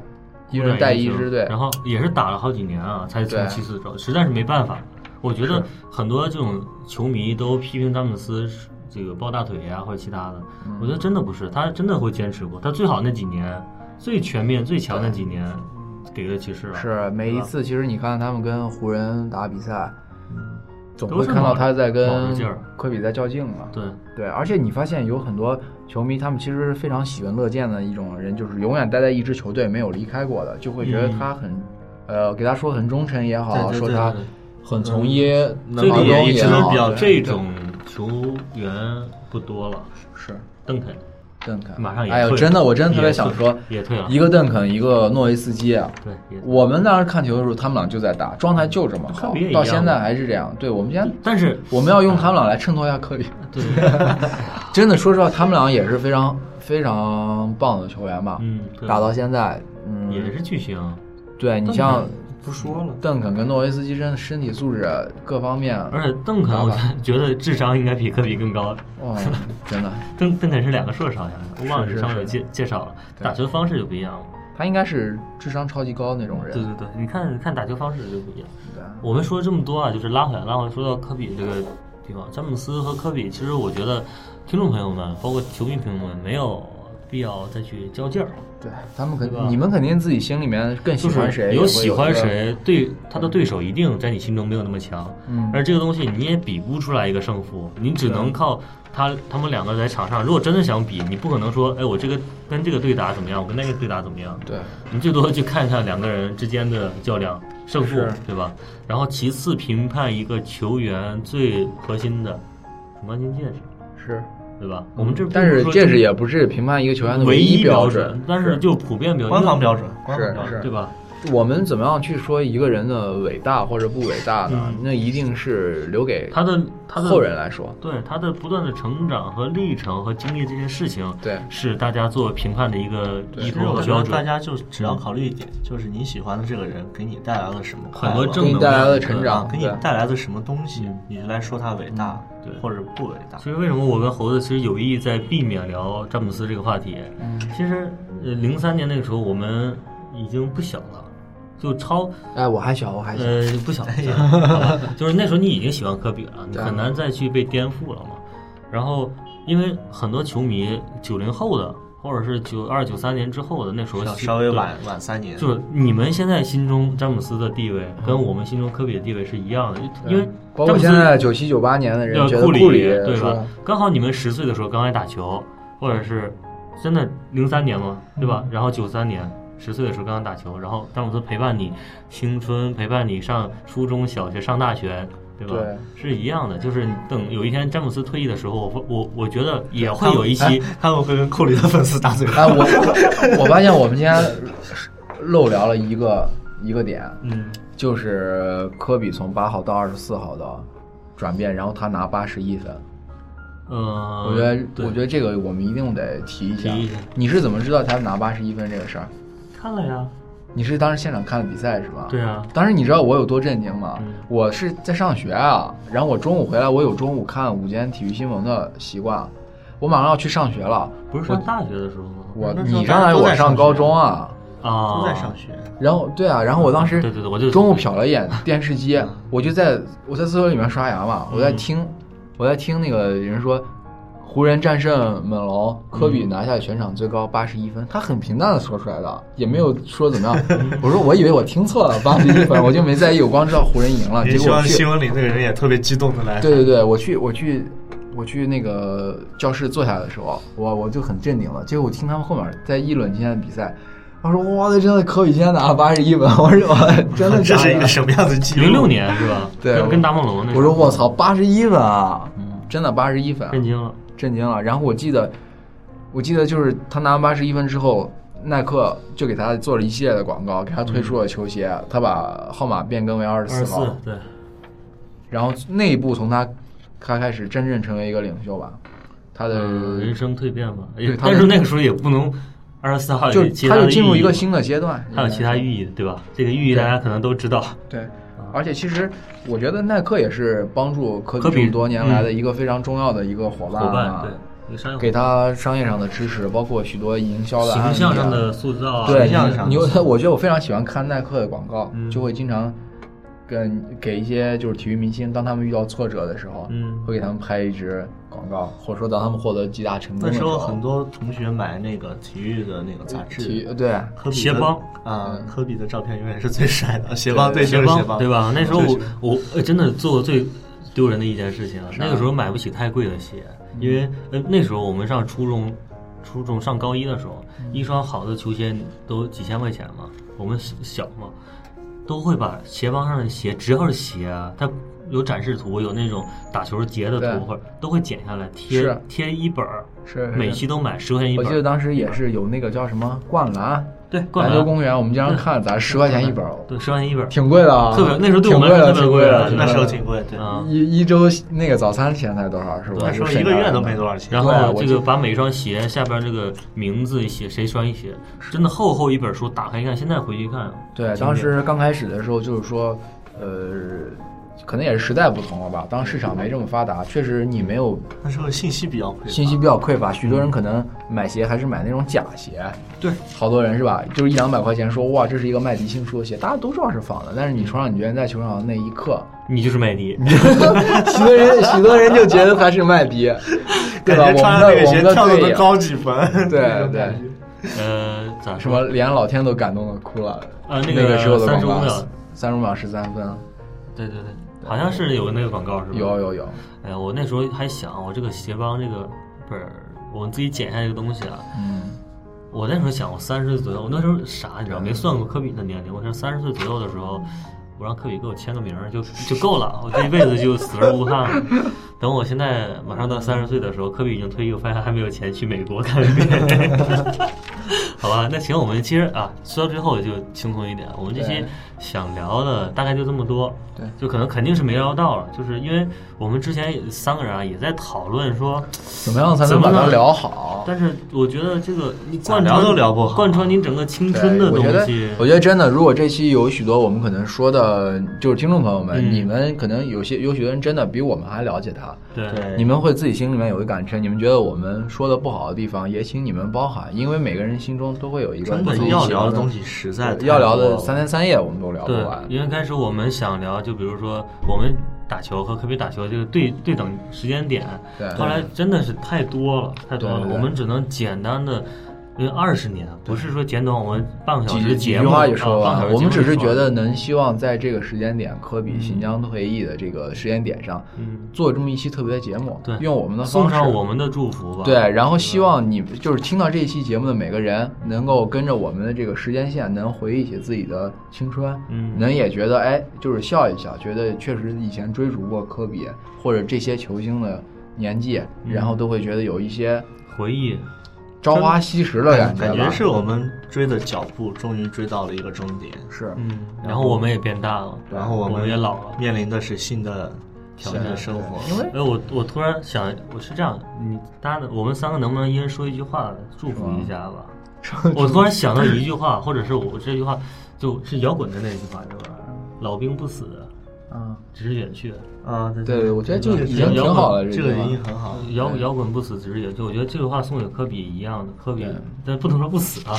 S1: 一个人带一支队，
S3: 然后也是打了好几年啊，才从
S1: 对
S3: 七四走，实在是没办法。我觉得很多这种球迷都批评詹姆斯是这个抱大腿啊呀、或者其他的，
S1: 嗯
S3: 我觉得真的不是，他真的会坚持过。他最好那几年，最全面、最强那几年，给了骑士了。
S1: 是每一次，其实你看他们跟湖人打比赛，总
S3: 都
S1: 会
S3: 是
S1: 看到
S3: 卯着
S1: 他在
S3: 卯
S1: 跟
S3: 着劲儿
S1: 科比在较劲嘛。
S3: 对，
S1: 对，而且你发现有很多球迷，他们其实是非常喜闻乐见的一种人，就是永远待在一支球队没有离开过的，就会觉
S3: 嗯
S1: 得他很，呃，给他说很忠诚也好，
S4: 对对
S1: 说
S4: 对
S1: 他
S4: 对
S1: 很从医，
S3: 嗯这
S1: 好
S3: 个
S1: 东
S3: 也
S1: 也
S3: 其实
S1: 好
S3: 比较
S1: 对
S3: 这种球员不多了。
S1: 是
S3: 邓肯
S1: 邓肯，
S3: 马上也
S1: 哎呦，
S3: 退
S1: 真的，我真的
S3: 也
S1: 特别想
S3: 退
S1: 说，
S3: 也退了
S1: 一个邓肯，一个诺维斯基啊。
S3: 对，也
S1: 我们当时看球的时候，他们俩就在打，状态就这么
S3: 科
S1: 好
S3: 比也，一
S1: 到
S3: 样
S1: 现在
S3: 嘛
S1: 还是这样。对，我们现在
S3: 但是
S1: 我们要用他们俩来衬托一下科比。
S3: 对，
S1: *laughs* 真的，说实话，他们俩也是非常非常棒的球员吧。
S3: 嗯，对
S1: 打到现在，嗯，
S3: 也是巨星，
S1: 对你像
S4: 不说了，
S1: 邓肯跟诺维斯基，真的身体素质各方面，
S3: 而且邓肯我觉得智商应该比科比更高。
S1: 哇，真
S3: *laughs*
S1: 的，
S3: 邓邓肯是两个硕士好像是，我忘了
S1: 是
S3: 你
S1: 是
S3: 上面有
S1: 是
S3: 介介绍了，打球方式就不一样了。
S1: 他应该是智商超级高的那种人。
S3: 对对对，你看看打球方式就不一样。
S1: 对
S3: 我们说这么多啊，就是拉回来，拉回来说到科比这个地方，詹姆斯和科比，其实我觉得听众朋友们，包括球迷朋友们，没有必要再去较劲儿，
S1: 对，他们
S3: 对吧
S1: 肯你们肯定自己心里面更喜
S3: 就
S1: 欢
S3: 是
S1: 谁，也
S3: 有
S1: 会
S3: 喜欢
S1: 一个，
S3: 谁，对他的对手一定在你心中没有那么强，
S1: 嗯
S3: 而这个东西你也比不出来一个胜负，你只能靠他他们两个在场上，如果真的想比，你不可能说，哎，我这个跟这个对打怎么样，我跟那个对打怎么样，
S1: 对，
S3: 你最多去看看两个人之间的较量、胜负
S1: 是，
S3: 对吧？然后其次评判一个球员最核心的什么关键戒指，
S1: 是。
S3: 对吧？我们这
S1: 嗯但是
S3: 并不说
S1: 戒指也不是评判一个球员的
S3: 唯
S1: 一
S3: 标
S1: 准，
S3: 但是就普遍标准、啊
S4: 官方标准，官方
S1: 是
S4: 标准。
S1: 是
S3: 对吧？
S1: 我们怎么样去说一个人的伟大或者不伟大呢？那一定是留给
S3: 嗯他的他的
S1: 后人来说。
S3: 对他的不断的成长和历程和经历这些事情，
S1: 对
S3: 是大家做评判的一个依
S4: 其实
S3: 托
S4: 我
S3: 和
S4: 觉得
S3: 标
S4: 大
S3: 准。
S4: 家就只要考虑一点，就是你喜欢的这个人给你带来了什么快
S3: 很
S4: 乐，
S3: 多正
S1: 给你
S3: 能
S1: 带来
S3: 量
S1: 了成长
S4: 啊，给你
S1: 对嗯
S4: 带来的什么东西，你来说他伟大，
S3: 嗯对
S4: 或者不伟大
S3: 其。实为什么我跟猴子其实有意在避免聊詹姆斯这个话题？
S4: 嗯
S3: 其实，呃，零三年那个时候我们已经不小了，就超
S1: 哎，我还小，我还小。
S3: 呃不
S4: *laughs*
S3: 小了，好吧就是那时候你已经喜欢科比
S4: 嗯
S3: 了，你
S1: 对
S3: 很难再去被颠覆了嘛。然后，因为很多球迷九零后的，或者是九二九三年之后的，那时候
S4: 稍
S3: 喜
S4: 稍微
S3: 对
S4: 晚晚三年，
S3: 就是你们现在心中詹姆斯的地位跟我们心中科比的地位是一样的，因为
S1: 包
S3: 詹
S1: 括
S3: 姆斯
S1: 现在九七九八年的人
S3: 要
S1: 觉得
S3: 库里
S1: 库里
S3: 对
S1: 说
S3: 吧？刚好你们十岁的时候刚来打球，或者是真的零三年嘛，对
S1: 嗯
S3: 吧？然后九三年十岁的时候刚刚打球，然后詹姆斯陪伴你青春，陪伴你上初中小学、上大学。对吧？
S1: 对
S3: 是一样的，就是等有一天詹姆斯退役的时候，我会我我觉得也会有
S1: *laughs*
S3: 一期
S4: 他们会跟库里的粉丝打嘴
S1: 哎，
S4: 炮。
S1: 我我我发现我们今天漏聊了一个一个点，
S3: 嗯，
S1: 就是科比从八号到二十四号的转变，然后他拿八十一分。
S3: 呃，
S1: 我觉得，
S3: 对
S1: 我觉得这个我们一定得提一下。
S3: 提一下
S1: 你是怎么知道他拿八十一分这个事儿？
S3: 看了呀，
S1: 你是当时现场看的比赛是吗？
S3: 对啊，
S1: 当时你知道我有多震惊吗？
S3: 嗯
S1: 我是在上学啊，然后我中午回来，我有中午看午间体育新闻的习惯，我马上要去上学了。
S3: 不是上大学的时候吗？
S1: 我
S4: 那时候
S1: 你刚才
S4: 大家都
S1: 我
S4: 在上
S1: 上高
S4: 学
S1: 中啊，
S3: 啊，
S4: 都在上学，
S1: 然后对啊，然后我当时
S3: 嗯对对对嗯我就
S1: 中午瞟了一眼电视机，我就在我在厕所里面刷牙
S3: 嗯
S1: 嘛，我在听我在听那个人说。湖人战胜猛龙，科比拿下全场最高八十一分，他很平淡的说出来的，也没有说怎么
S3: *laughs*
S1: 样。我说我以为我听错了八十一分，我就没在意。我光知道湖人赢了，
S4: 也
S1: 啊结
S4: 希
S1: 果我
S4: 望
S1: 去
S4: 新闻里那个人也特别激动的
S1: *laughs*
S4: 来。
S1: 对对对，我去我去我去那个教室坐下的时候，我我就很镇定了。结果我听他们后面在议论今天的比赛，他说哇，那真的科比今天拿了八十一分，我说我真的啊假
S4: 这是一
S1: 的
S4: 个
S3: *laughs*
S4: 什么样的记录？
S3: 零六年是吧？
S1: 对
S3: 跟跟达梦龙那时候
S1: 我说我操，八十一分啊，真的八十一分，
S3: 嗯
S1: 啊
S3: 震惊了。
S1: 震惊了。然后我记得我记得就是他拿完八十一分之后。耐克就给他做了一系列的广告，给他推出了球鞋，他把号码变更为二十
S3: 二十
S1: 四
S3: 四
S1: 号，，
S3: 对，
S1: 然后那一步从他他开始真正成为一个领袖吧，他的
S3: 呃，人生蜕变吧。
S1: 对
S3: 也
S1: 他
S3: 但
S1: 的
S3: 是那个时候也不能二十四号
S1: 就
S3: 有其
S1: 他
S3: 的
S1: 就进入
S3: 意义
S1: 一个，新的阶段，
S3: 还有其他啊
S1: 义。
S3: 寓意的，对吧？这个寓意大家可能都知道。
S1: 对，而且其实我觉得耐克也是帮助科
S3: 科
S1: 比
S3: 比
S1: 这么多年来的一个非常重要的一个伙伴
S3: 伙伴
S1: 啊，
S3: 对，一个商业
S1: 给他商业上的支持，包括许多营销的案例啊
S3: 形象上的塑造啊，
S1: 对
S4: 形象上的嗯
S1: 你你有，我觉得我非常喜欢看耐克的广告，就会经常跟给一些就是体育明星，当他们遇到挫折的时候，
S3: 嗯
S1: 会给他们拍一支广告，或者说当他们获得巨大成功
S4: 那
S1: 的
S4: 时
S1: 时候，
S4: 候很多同学买那个体育的那个杂
S1: 呃体育
S4: 志，
S1: 对
S4: 科比
S3: 鞋
S4: 的
S3: 帮
S4: 啊，科比的照片永远是最帅的，鞋帮
S1: 嗯对
S4: 对，就是
S3: 帮
S4: 鞋帮
S3: 对？吧？那时候
S4: 确
S3: 我
S4: 实
S3: 我呃真的做过最丢人的一件事情了。
S1: 啊嗯
S3: 那个时候买不起太贵的鞋，因为呃那时候我们上初中、初中上高一的时候，
S1: 嗯
S3: 一双好的球鞋都几千块钱嘛，我们小嘛，都会把鞋帮上的鞋，只要是鞋啊，它。有展示图，有那种打球截的
S1: 对
S3: 图，或者都会剪下来贴
S1: 是啊
S3: 贴一本儿，
S1: 是
S3: 每期都买十块钱一
S1: 我
S3: 本
S1: 记得
S3: 儿。
S1: 当时也是有那个叫什么灌篮，
S3: 对，灌
S1: 篮
S3: 篮
S1: 球公园，我们经常看，咱十块钱一本儿，
S3: 对，十块钱一本儿。
S1: 挺贵的啊，
S3: 特别那时候对我们
S1: 挺贵
S3: 来
S1: 的，
S3: 说
S1: 挺
S3: 特别
S1: 贵
S3: 贵
S1: 的，
S3: 了
S4: 那时候
S1: 挺
S4: 挺贵，对，
S3: 啊
S1: 贵的一一周那个早餐钱才多少是吧？
S4: 那时候
S1: 嗯就
S4: 一个
S1: 剩下
S4: 月
S1: 的
S4: 都没多少钱。
S3: 然
S1: 对
S3: 后
S1: 我
S3: 这
S1: 记
S3: 个把每双鞋下边这个名字写谁穿鞋，真的厚厚一本书，打开一看，现在回去看，
S1: 对，当时刚开始的时候就是说，呃，可能也是时代不同了吧，当市场没这么发达，确实你没有
S4: 那时候信息比较匮乏，
S1: 信息比较匮乏，许多人可能买鞋还是买那种假鞋，
S4: 嗯对，
S1: 好多人是吧？就是一两百块钱说哇，这是一个麦迪逊出的鞋，大家都知道是仿的，但是你穿上你觉得在球场的那一
S4: *laughs*
S1: 刻，
S3: 你就是麦迪，
S1: 许多人许多人就觉得它是麦
S4: *laughs*
S1: 迪，对吧？
S4: 感觉
S1: 我
S4: 穿
S1: 们的我
S4: 上那个鞋
S1: 们的
S4: 跳的
S1: 队
S4: 能
S1: 也
S4: 高几分。那
S1: 对
S4: 种
S1: 对
S4: 感觉，
S3: 呃，咋
S1: 什
S3: 说？
S1: 么连老天都感动的哭了，
S3: 呃那
S1: 那
S3: 个
S1: 时候的广
S3: 35
S1: 告
S3: 秒，
S1: 三十五秒十三分，啊
S3: 对对对，好像是有那个广告是吧？
S1: 有。有有，
S3: 哎呀，我那时候还想，我这个鞋帮这个不是我们自己剪下这个东西啊，
S1: 嗯。
S3: 我那时候想，我三十岁左右，我那时候傻，你知道，没算过科比的年龄。我是三十岁左右的时候，我让科比给我签个名儿就就够了，我这一辈子就死而无憾。等我现在马上到三十岁的时候，科比已经退役，我发现还没有钱去美国看
S1: *laughs*
S3: 病。 *laughs* 好吧，那行，我们其实啊，说到最后就轻松一点。我们这期
S1: 对
S3: 想聊的大概就这么多，
S1: 对
S3: 就可能肯定是没聊到了，就是因为我们之前也三个人啊也在讨论说。
S1: 怎么样才能把它聊好？
S3: 但是我觉得这个你贯
S4: 咋
S3: 穿
S4: 聊都聊不好
S3: 贯穿您整个青春的
S1: 啊对我
S3: 东
S1: 觉得
S3: 西，。
S1: 我觉得真的，如果这期有许多我们可能说的，就是听众朋友们，
S3: 嗯
S1: 你们可能有些有许多人真的比我们还了解他，
S3: 对
S4: 对
S1: 你们会自己心里面有一个感触，你们觉得我们说的不好的地方，也请你们包涵，因为每个人心中都会有一个
S4: 真的
S1: 自己
S4: 要
S1: 喜欢
S4: 聊的
S1: 的
S4: 东西实在
S1: 对
S4: 太
S1: 要聊
S4: 多
S1: 的
S4: 了
S1: 三天三夜我们都聊不
S3: 对
S1: 完，。
S3: 因为开始我们想聊，就比如说我们打球和科比打球这个对对等时间点，
S1: 对
S3: 后来真的是太多了，太多了
S1: 对，对
S3: 我们只能简单的。因为二十年不是说简短，我们半个小
S1: 几
S3: 时
S1: 句
S3: 的
S1: 几
S3: 节
S1: 句
S3: 目
S1: 话也
S3: 啊
S1: 说
S3: 半个小
S1: 完，
S3: 时
S1: 我们
S3: 节
S1: 只
S3: 目
S1: 是
S3: 就嗯说
S1: 觉得
S3: 完，
S1: 能希望在这个时间点，科比新疆退役的这个时间点上，
S3: 嗯，
S1: 做这么一期特别的节目，
S3: 对
S1: 用我们的
S3: 送
S1: 方式，
S3: 上我们的祝福吧。
S1: 对，然后希望你就是听到这一期节目的每个人，能够跟着我们的这个时间线，能回忆起自己的青春，
S3: 嗯
S1: 能也觉得哎，就是笑一笑，觉得确实以前追逐过科比或者这些球星的年纪，
S3: 嗯
S1: 然后都会觉得有一些
S3: 回忆，
S1: 朝花夕拾的感觉
S4: 感
S1: 吧
S4: 觉是我们追的脚步终于追到了一个终点，
S1: 是，
S3: 嗯，然后我们也变大了，
S4: 然后我
S3: 我们
S4: 们
S3: 也老了，
S4: 面临的是新的条
S1: 是
S4: 件生活，
S1: 因为
S3: 哎，我我突然想，我是这样，你大家能我们三个能不能一人说一句话祝福一下吧？我突然想到一句话，或者是我这句话就是摇滚的那句话，这玩意儿，老兵不死，
S1: 嗯，
S3: 只是远去。
S4: 啊，
S1: 对对，我觉得就已
S3: 已
S1: 经
S3: 经
S1: 挺好了，
S4: 这
S1: 个嗯
S4: 个原因很
S1: 啊
S4: 好。
S3: 摇摇滚不死，只是远去。我觉得这句话送给科比一样的，科比
S1: 对，
S3: 但不能说不死啊。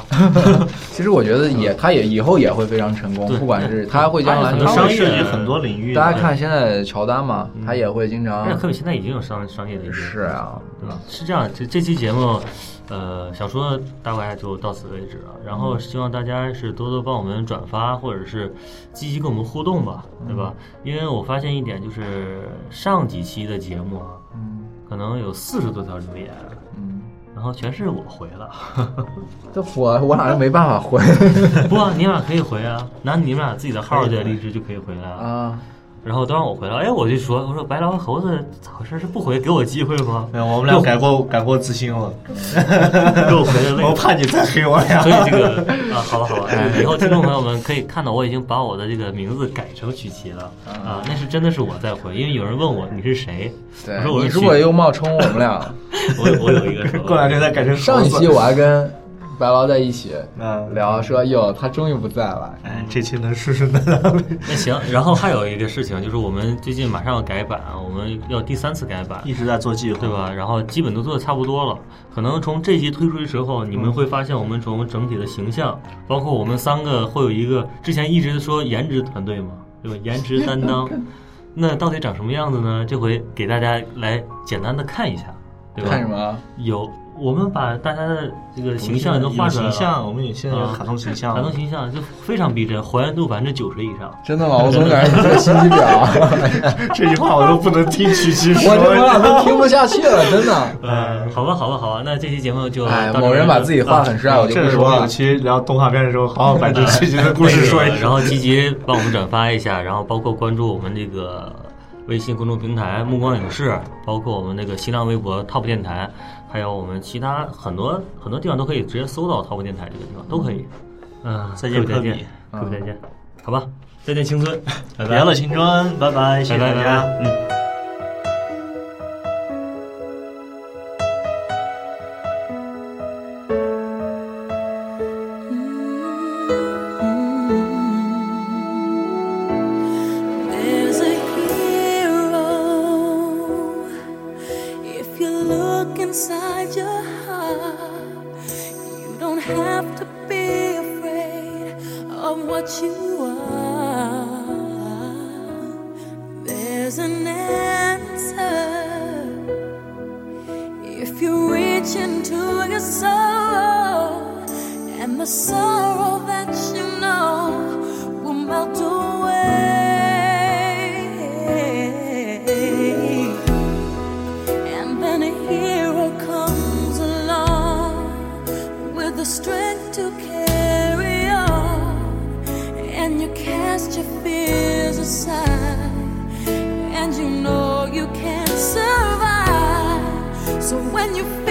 S1: 其实我觉得也，他也以后也会非常成功，
S3: 嗯对
S1: 不管是他会
S3: 他
S1: 将
S3: 有
S1: 篮
S3: 很
S1: 球
S3: 多
S4: 它
S3: 商
S4: 会
S3: 业
S4: 涉及很多领域，
S1: 大家看现在乔丹嘛，
S3: 嗯
S1: 他也会经常
S3: 但是科比现在已经有商商业的一个
S1: 是啊，
S3: 对吧？是这样，这这期节目，呃，想说的大概就到此为止了。然后希望大家是多多帮我们转发，或者是积极跟我们互动吧，对吧？因为我发现一点，就是上几期的节目啊，
S1: 嗯
S3: 可能有四十多条留言，
S1: 嗯，
S3: 然后全是我回 *laughs* 了。
S1: 这我我俩是没办法
S3: *laughs*
S1: 回
S3: 不啊，你们俩可以回啊，拿你们俩自己的号在荔枝就可以回来啊。
S1: 啊，
S3: 然后当时我回了，哎，我就说，我说白狼猴子咋回事？是不回给我机会吗？
S4: 没有，我们俩改过改过自新了，
S3: 给我回的 *laughs* 那个
S4: 我怕你再黑我俩
S1: *laughs*
S3: *laughs* 所。以这个啊，好吧，好吧，以后听众朋友们可以看到，我已经把我的这个名字改成曲奇了啊，那是真的是我在回，因为有人问我你是谁，
S1: 对
S3: 我说，我
S1: 你
S3: 是
S1: 如
S3: 曲
S1: 果又冒充我们
S3: *laughs*
S1: 俩，
S3: 我我有一个
S4: 过两天再改成
S1: 上一
S4: 猴子
S1: 期我还跟白劳在一起
S4: 嗯
S1: 聊说，哟，他终于不在了，
S4: 哎，这期能顺顺的聊。
S1: *laughs*
S3: 那行，然后还有一个事情就是我们最近马上要改版，我们要第三次改版。
S4: 一直在做计划，
S3: 对？
S1: 啊
S3: 吧？然后基本都做的差不多了，可能从这集推出的时候，你
S1: 嗯
S3: 们会发现我们从整体的形象，包括我们三个会有一个之前一直说颜值团队嘛，对吧？颜值
S1: *laughs*
S3: 担当，那到底长什么样子呢？这回给大家来简单的看一下，对吧？
S1: 看什么？啊
S3: 有，我们把大家的这个形象都画出来
S4: 形
S3: 了，
S4: 象，我们有现
S1: 嗯
S4: 在有卡通形象，
S3: 卡通形象就非常逼真，还原度百分之九十以上。
S1: 真的吗？我总感觉你在信息 *laughs* 表，
S4: 这句话我都不能听曲奇
S1: 我这我
S4: 说。
S1: 俩都听不下去了，真
S3: *laughs*
S1: 的。
S3: 呃，好吧，好吧，好吧，啊那这期节目就
S1: 哎，
S3: 到这儿
S1: 某人把
S3: 了
S1: 自己画得很帅，我就
S4: 啊这
S1: 不
S4: 是我
S1: 说
S4: 们有
S1: 了。
S4: 期聊动画片的时候，好好把这
S1: *laughs*
S4: 曲奇的故事说一
S3: 呃
S4: 说。
S3: 然后积极帮我们转发一下，然后包括关注我们这个微信公众平台“目光影视”，包括我们那个新浪微博 “top 电台”，还有我们其他很多很多地方都可以直接搜到 “top 电台”这个地方都可以。嗯、
S4: 再见
S3: 再
S4: 科比
S3: 见，科比再见，好吧，再见青春，拜拜
S4: 聊，了青春，拜拜， *laughs* 谢
S3: 拜
S4: 谢大
S3: 拜拜
S4: 家。
S3: 拜，嗯。
S5: There's a hero. If you look inside your heart, you don't have to be afraid of what you are. There's an answer. If you reach into your soul, and the sorrow that you know will melt away. And then a hero comes along with the strength to carry on. And you cast your fears aside, and you know you can survive. So when you Mm,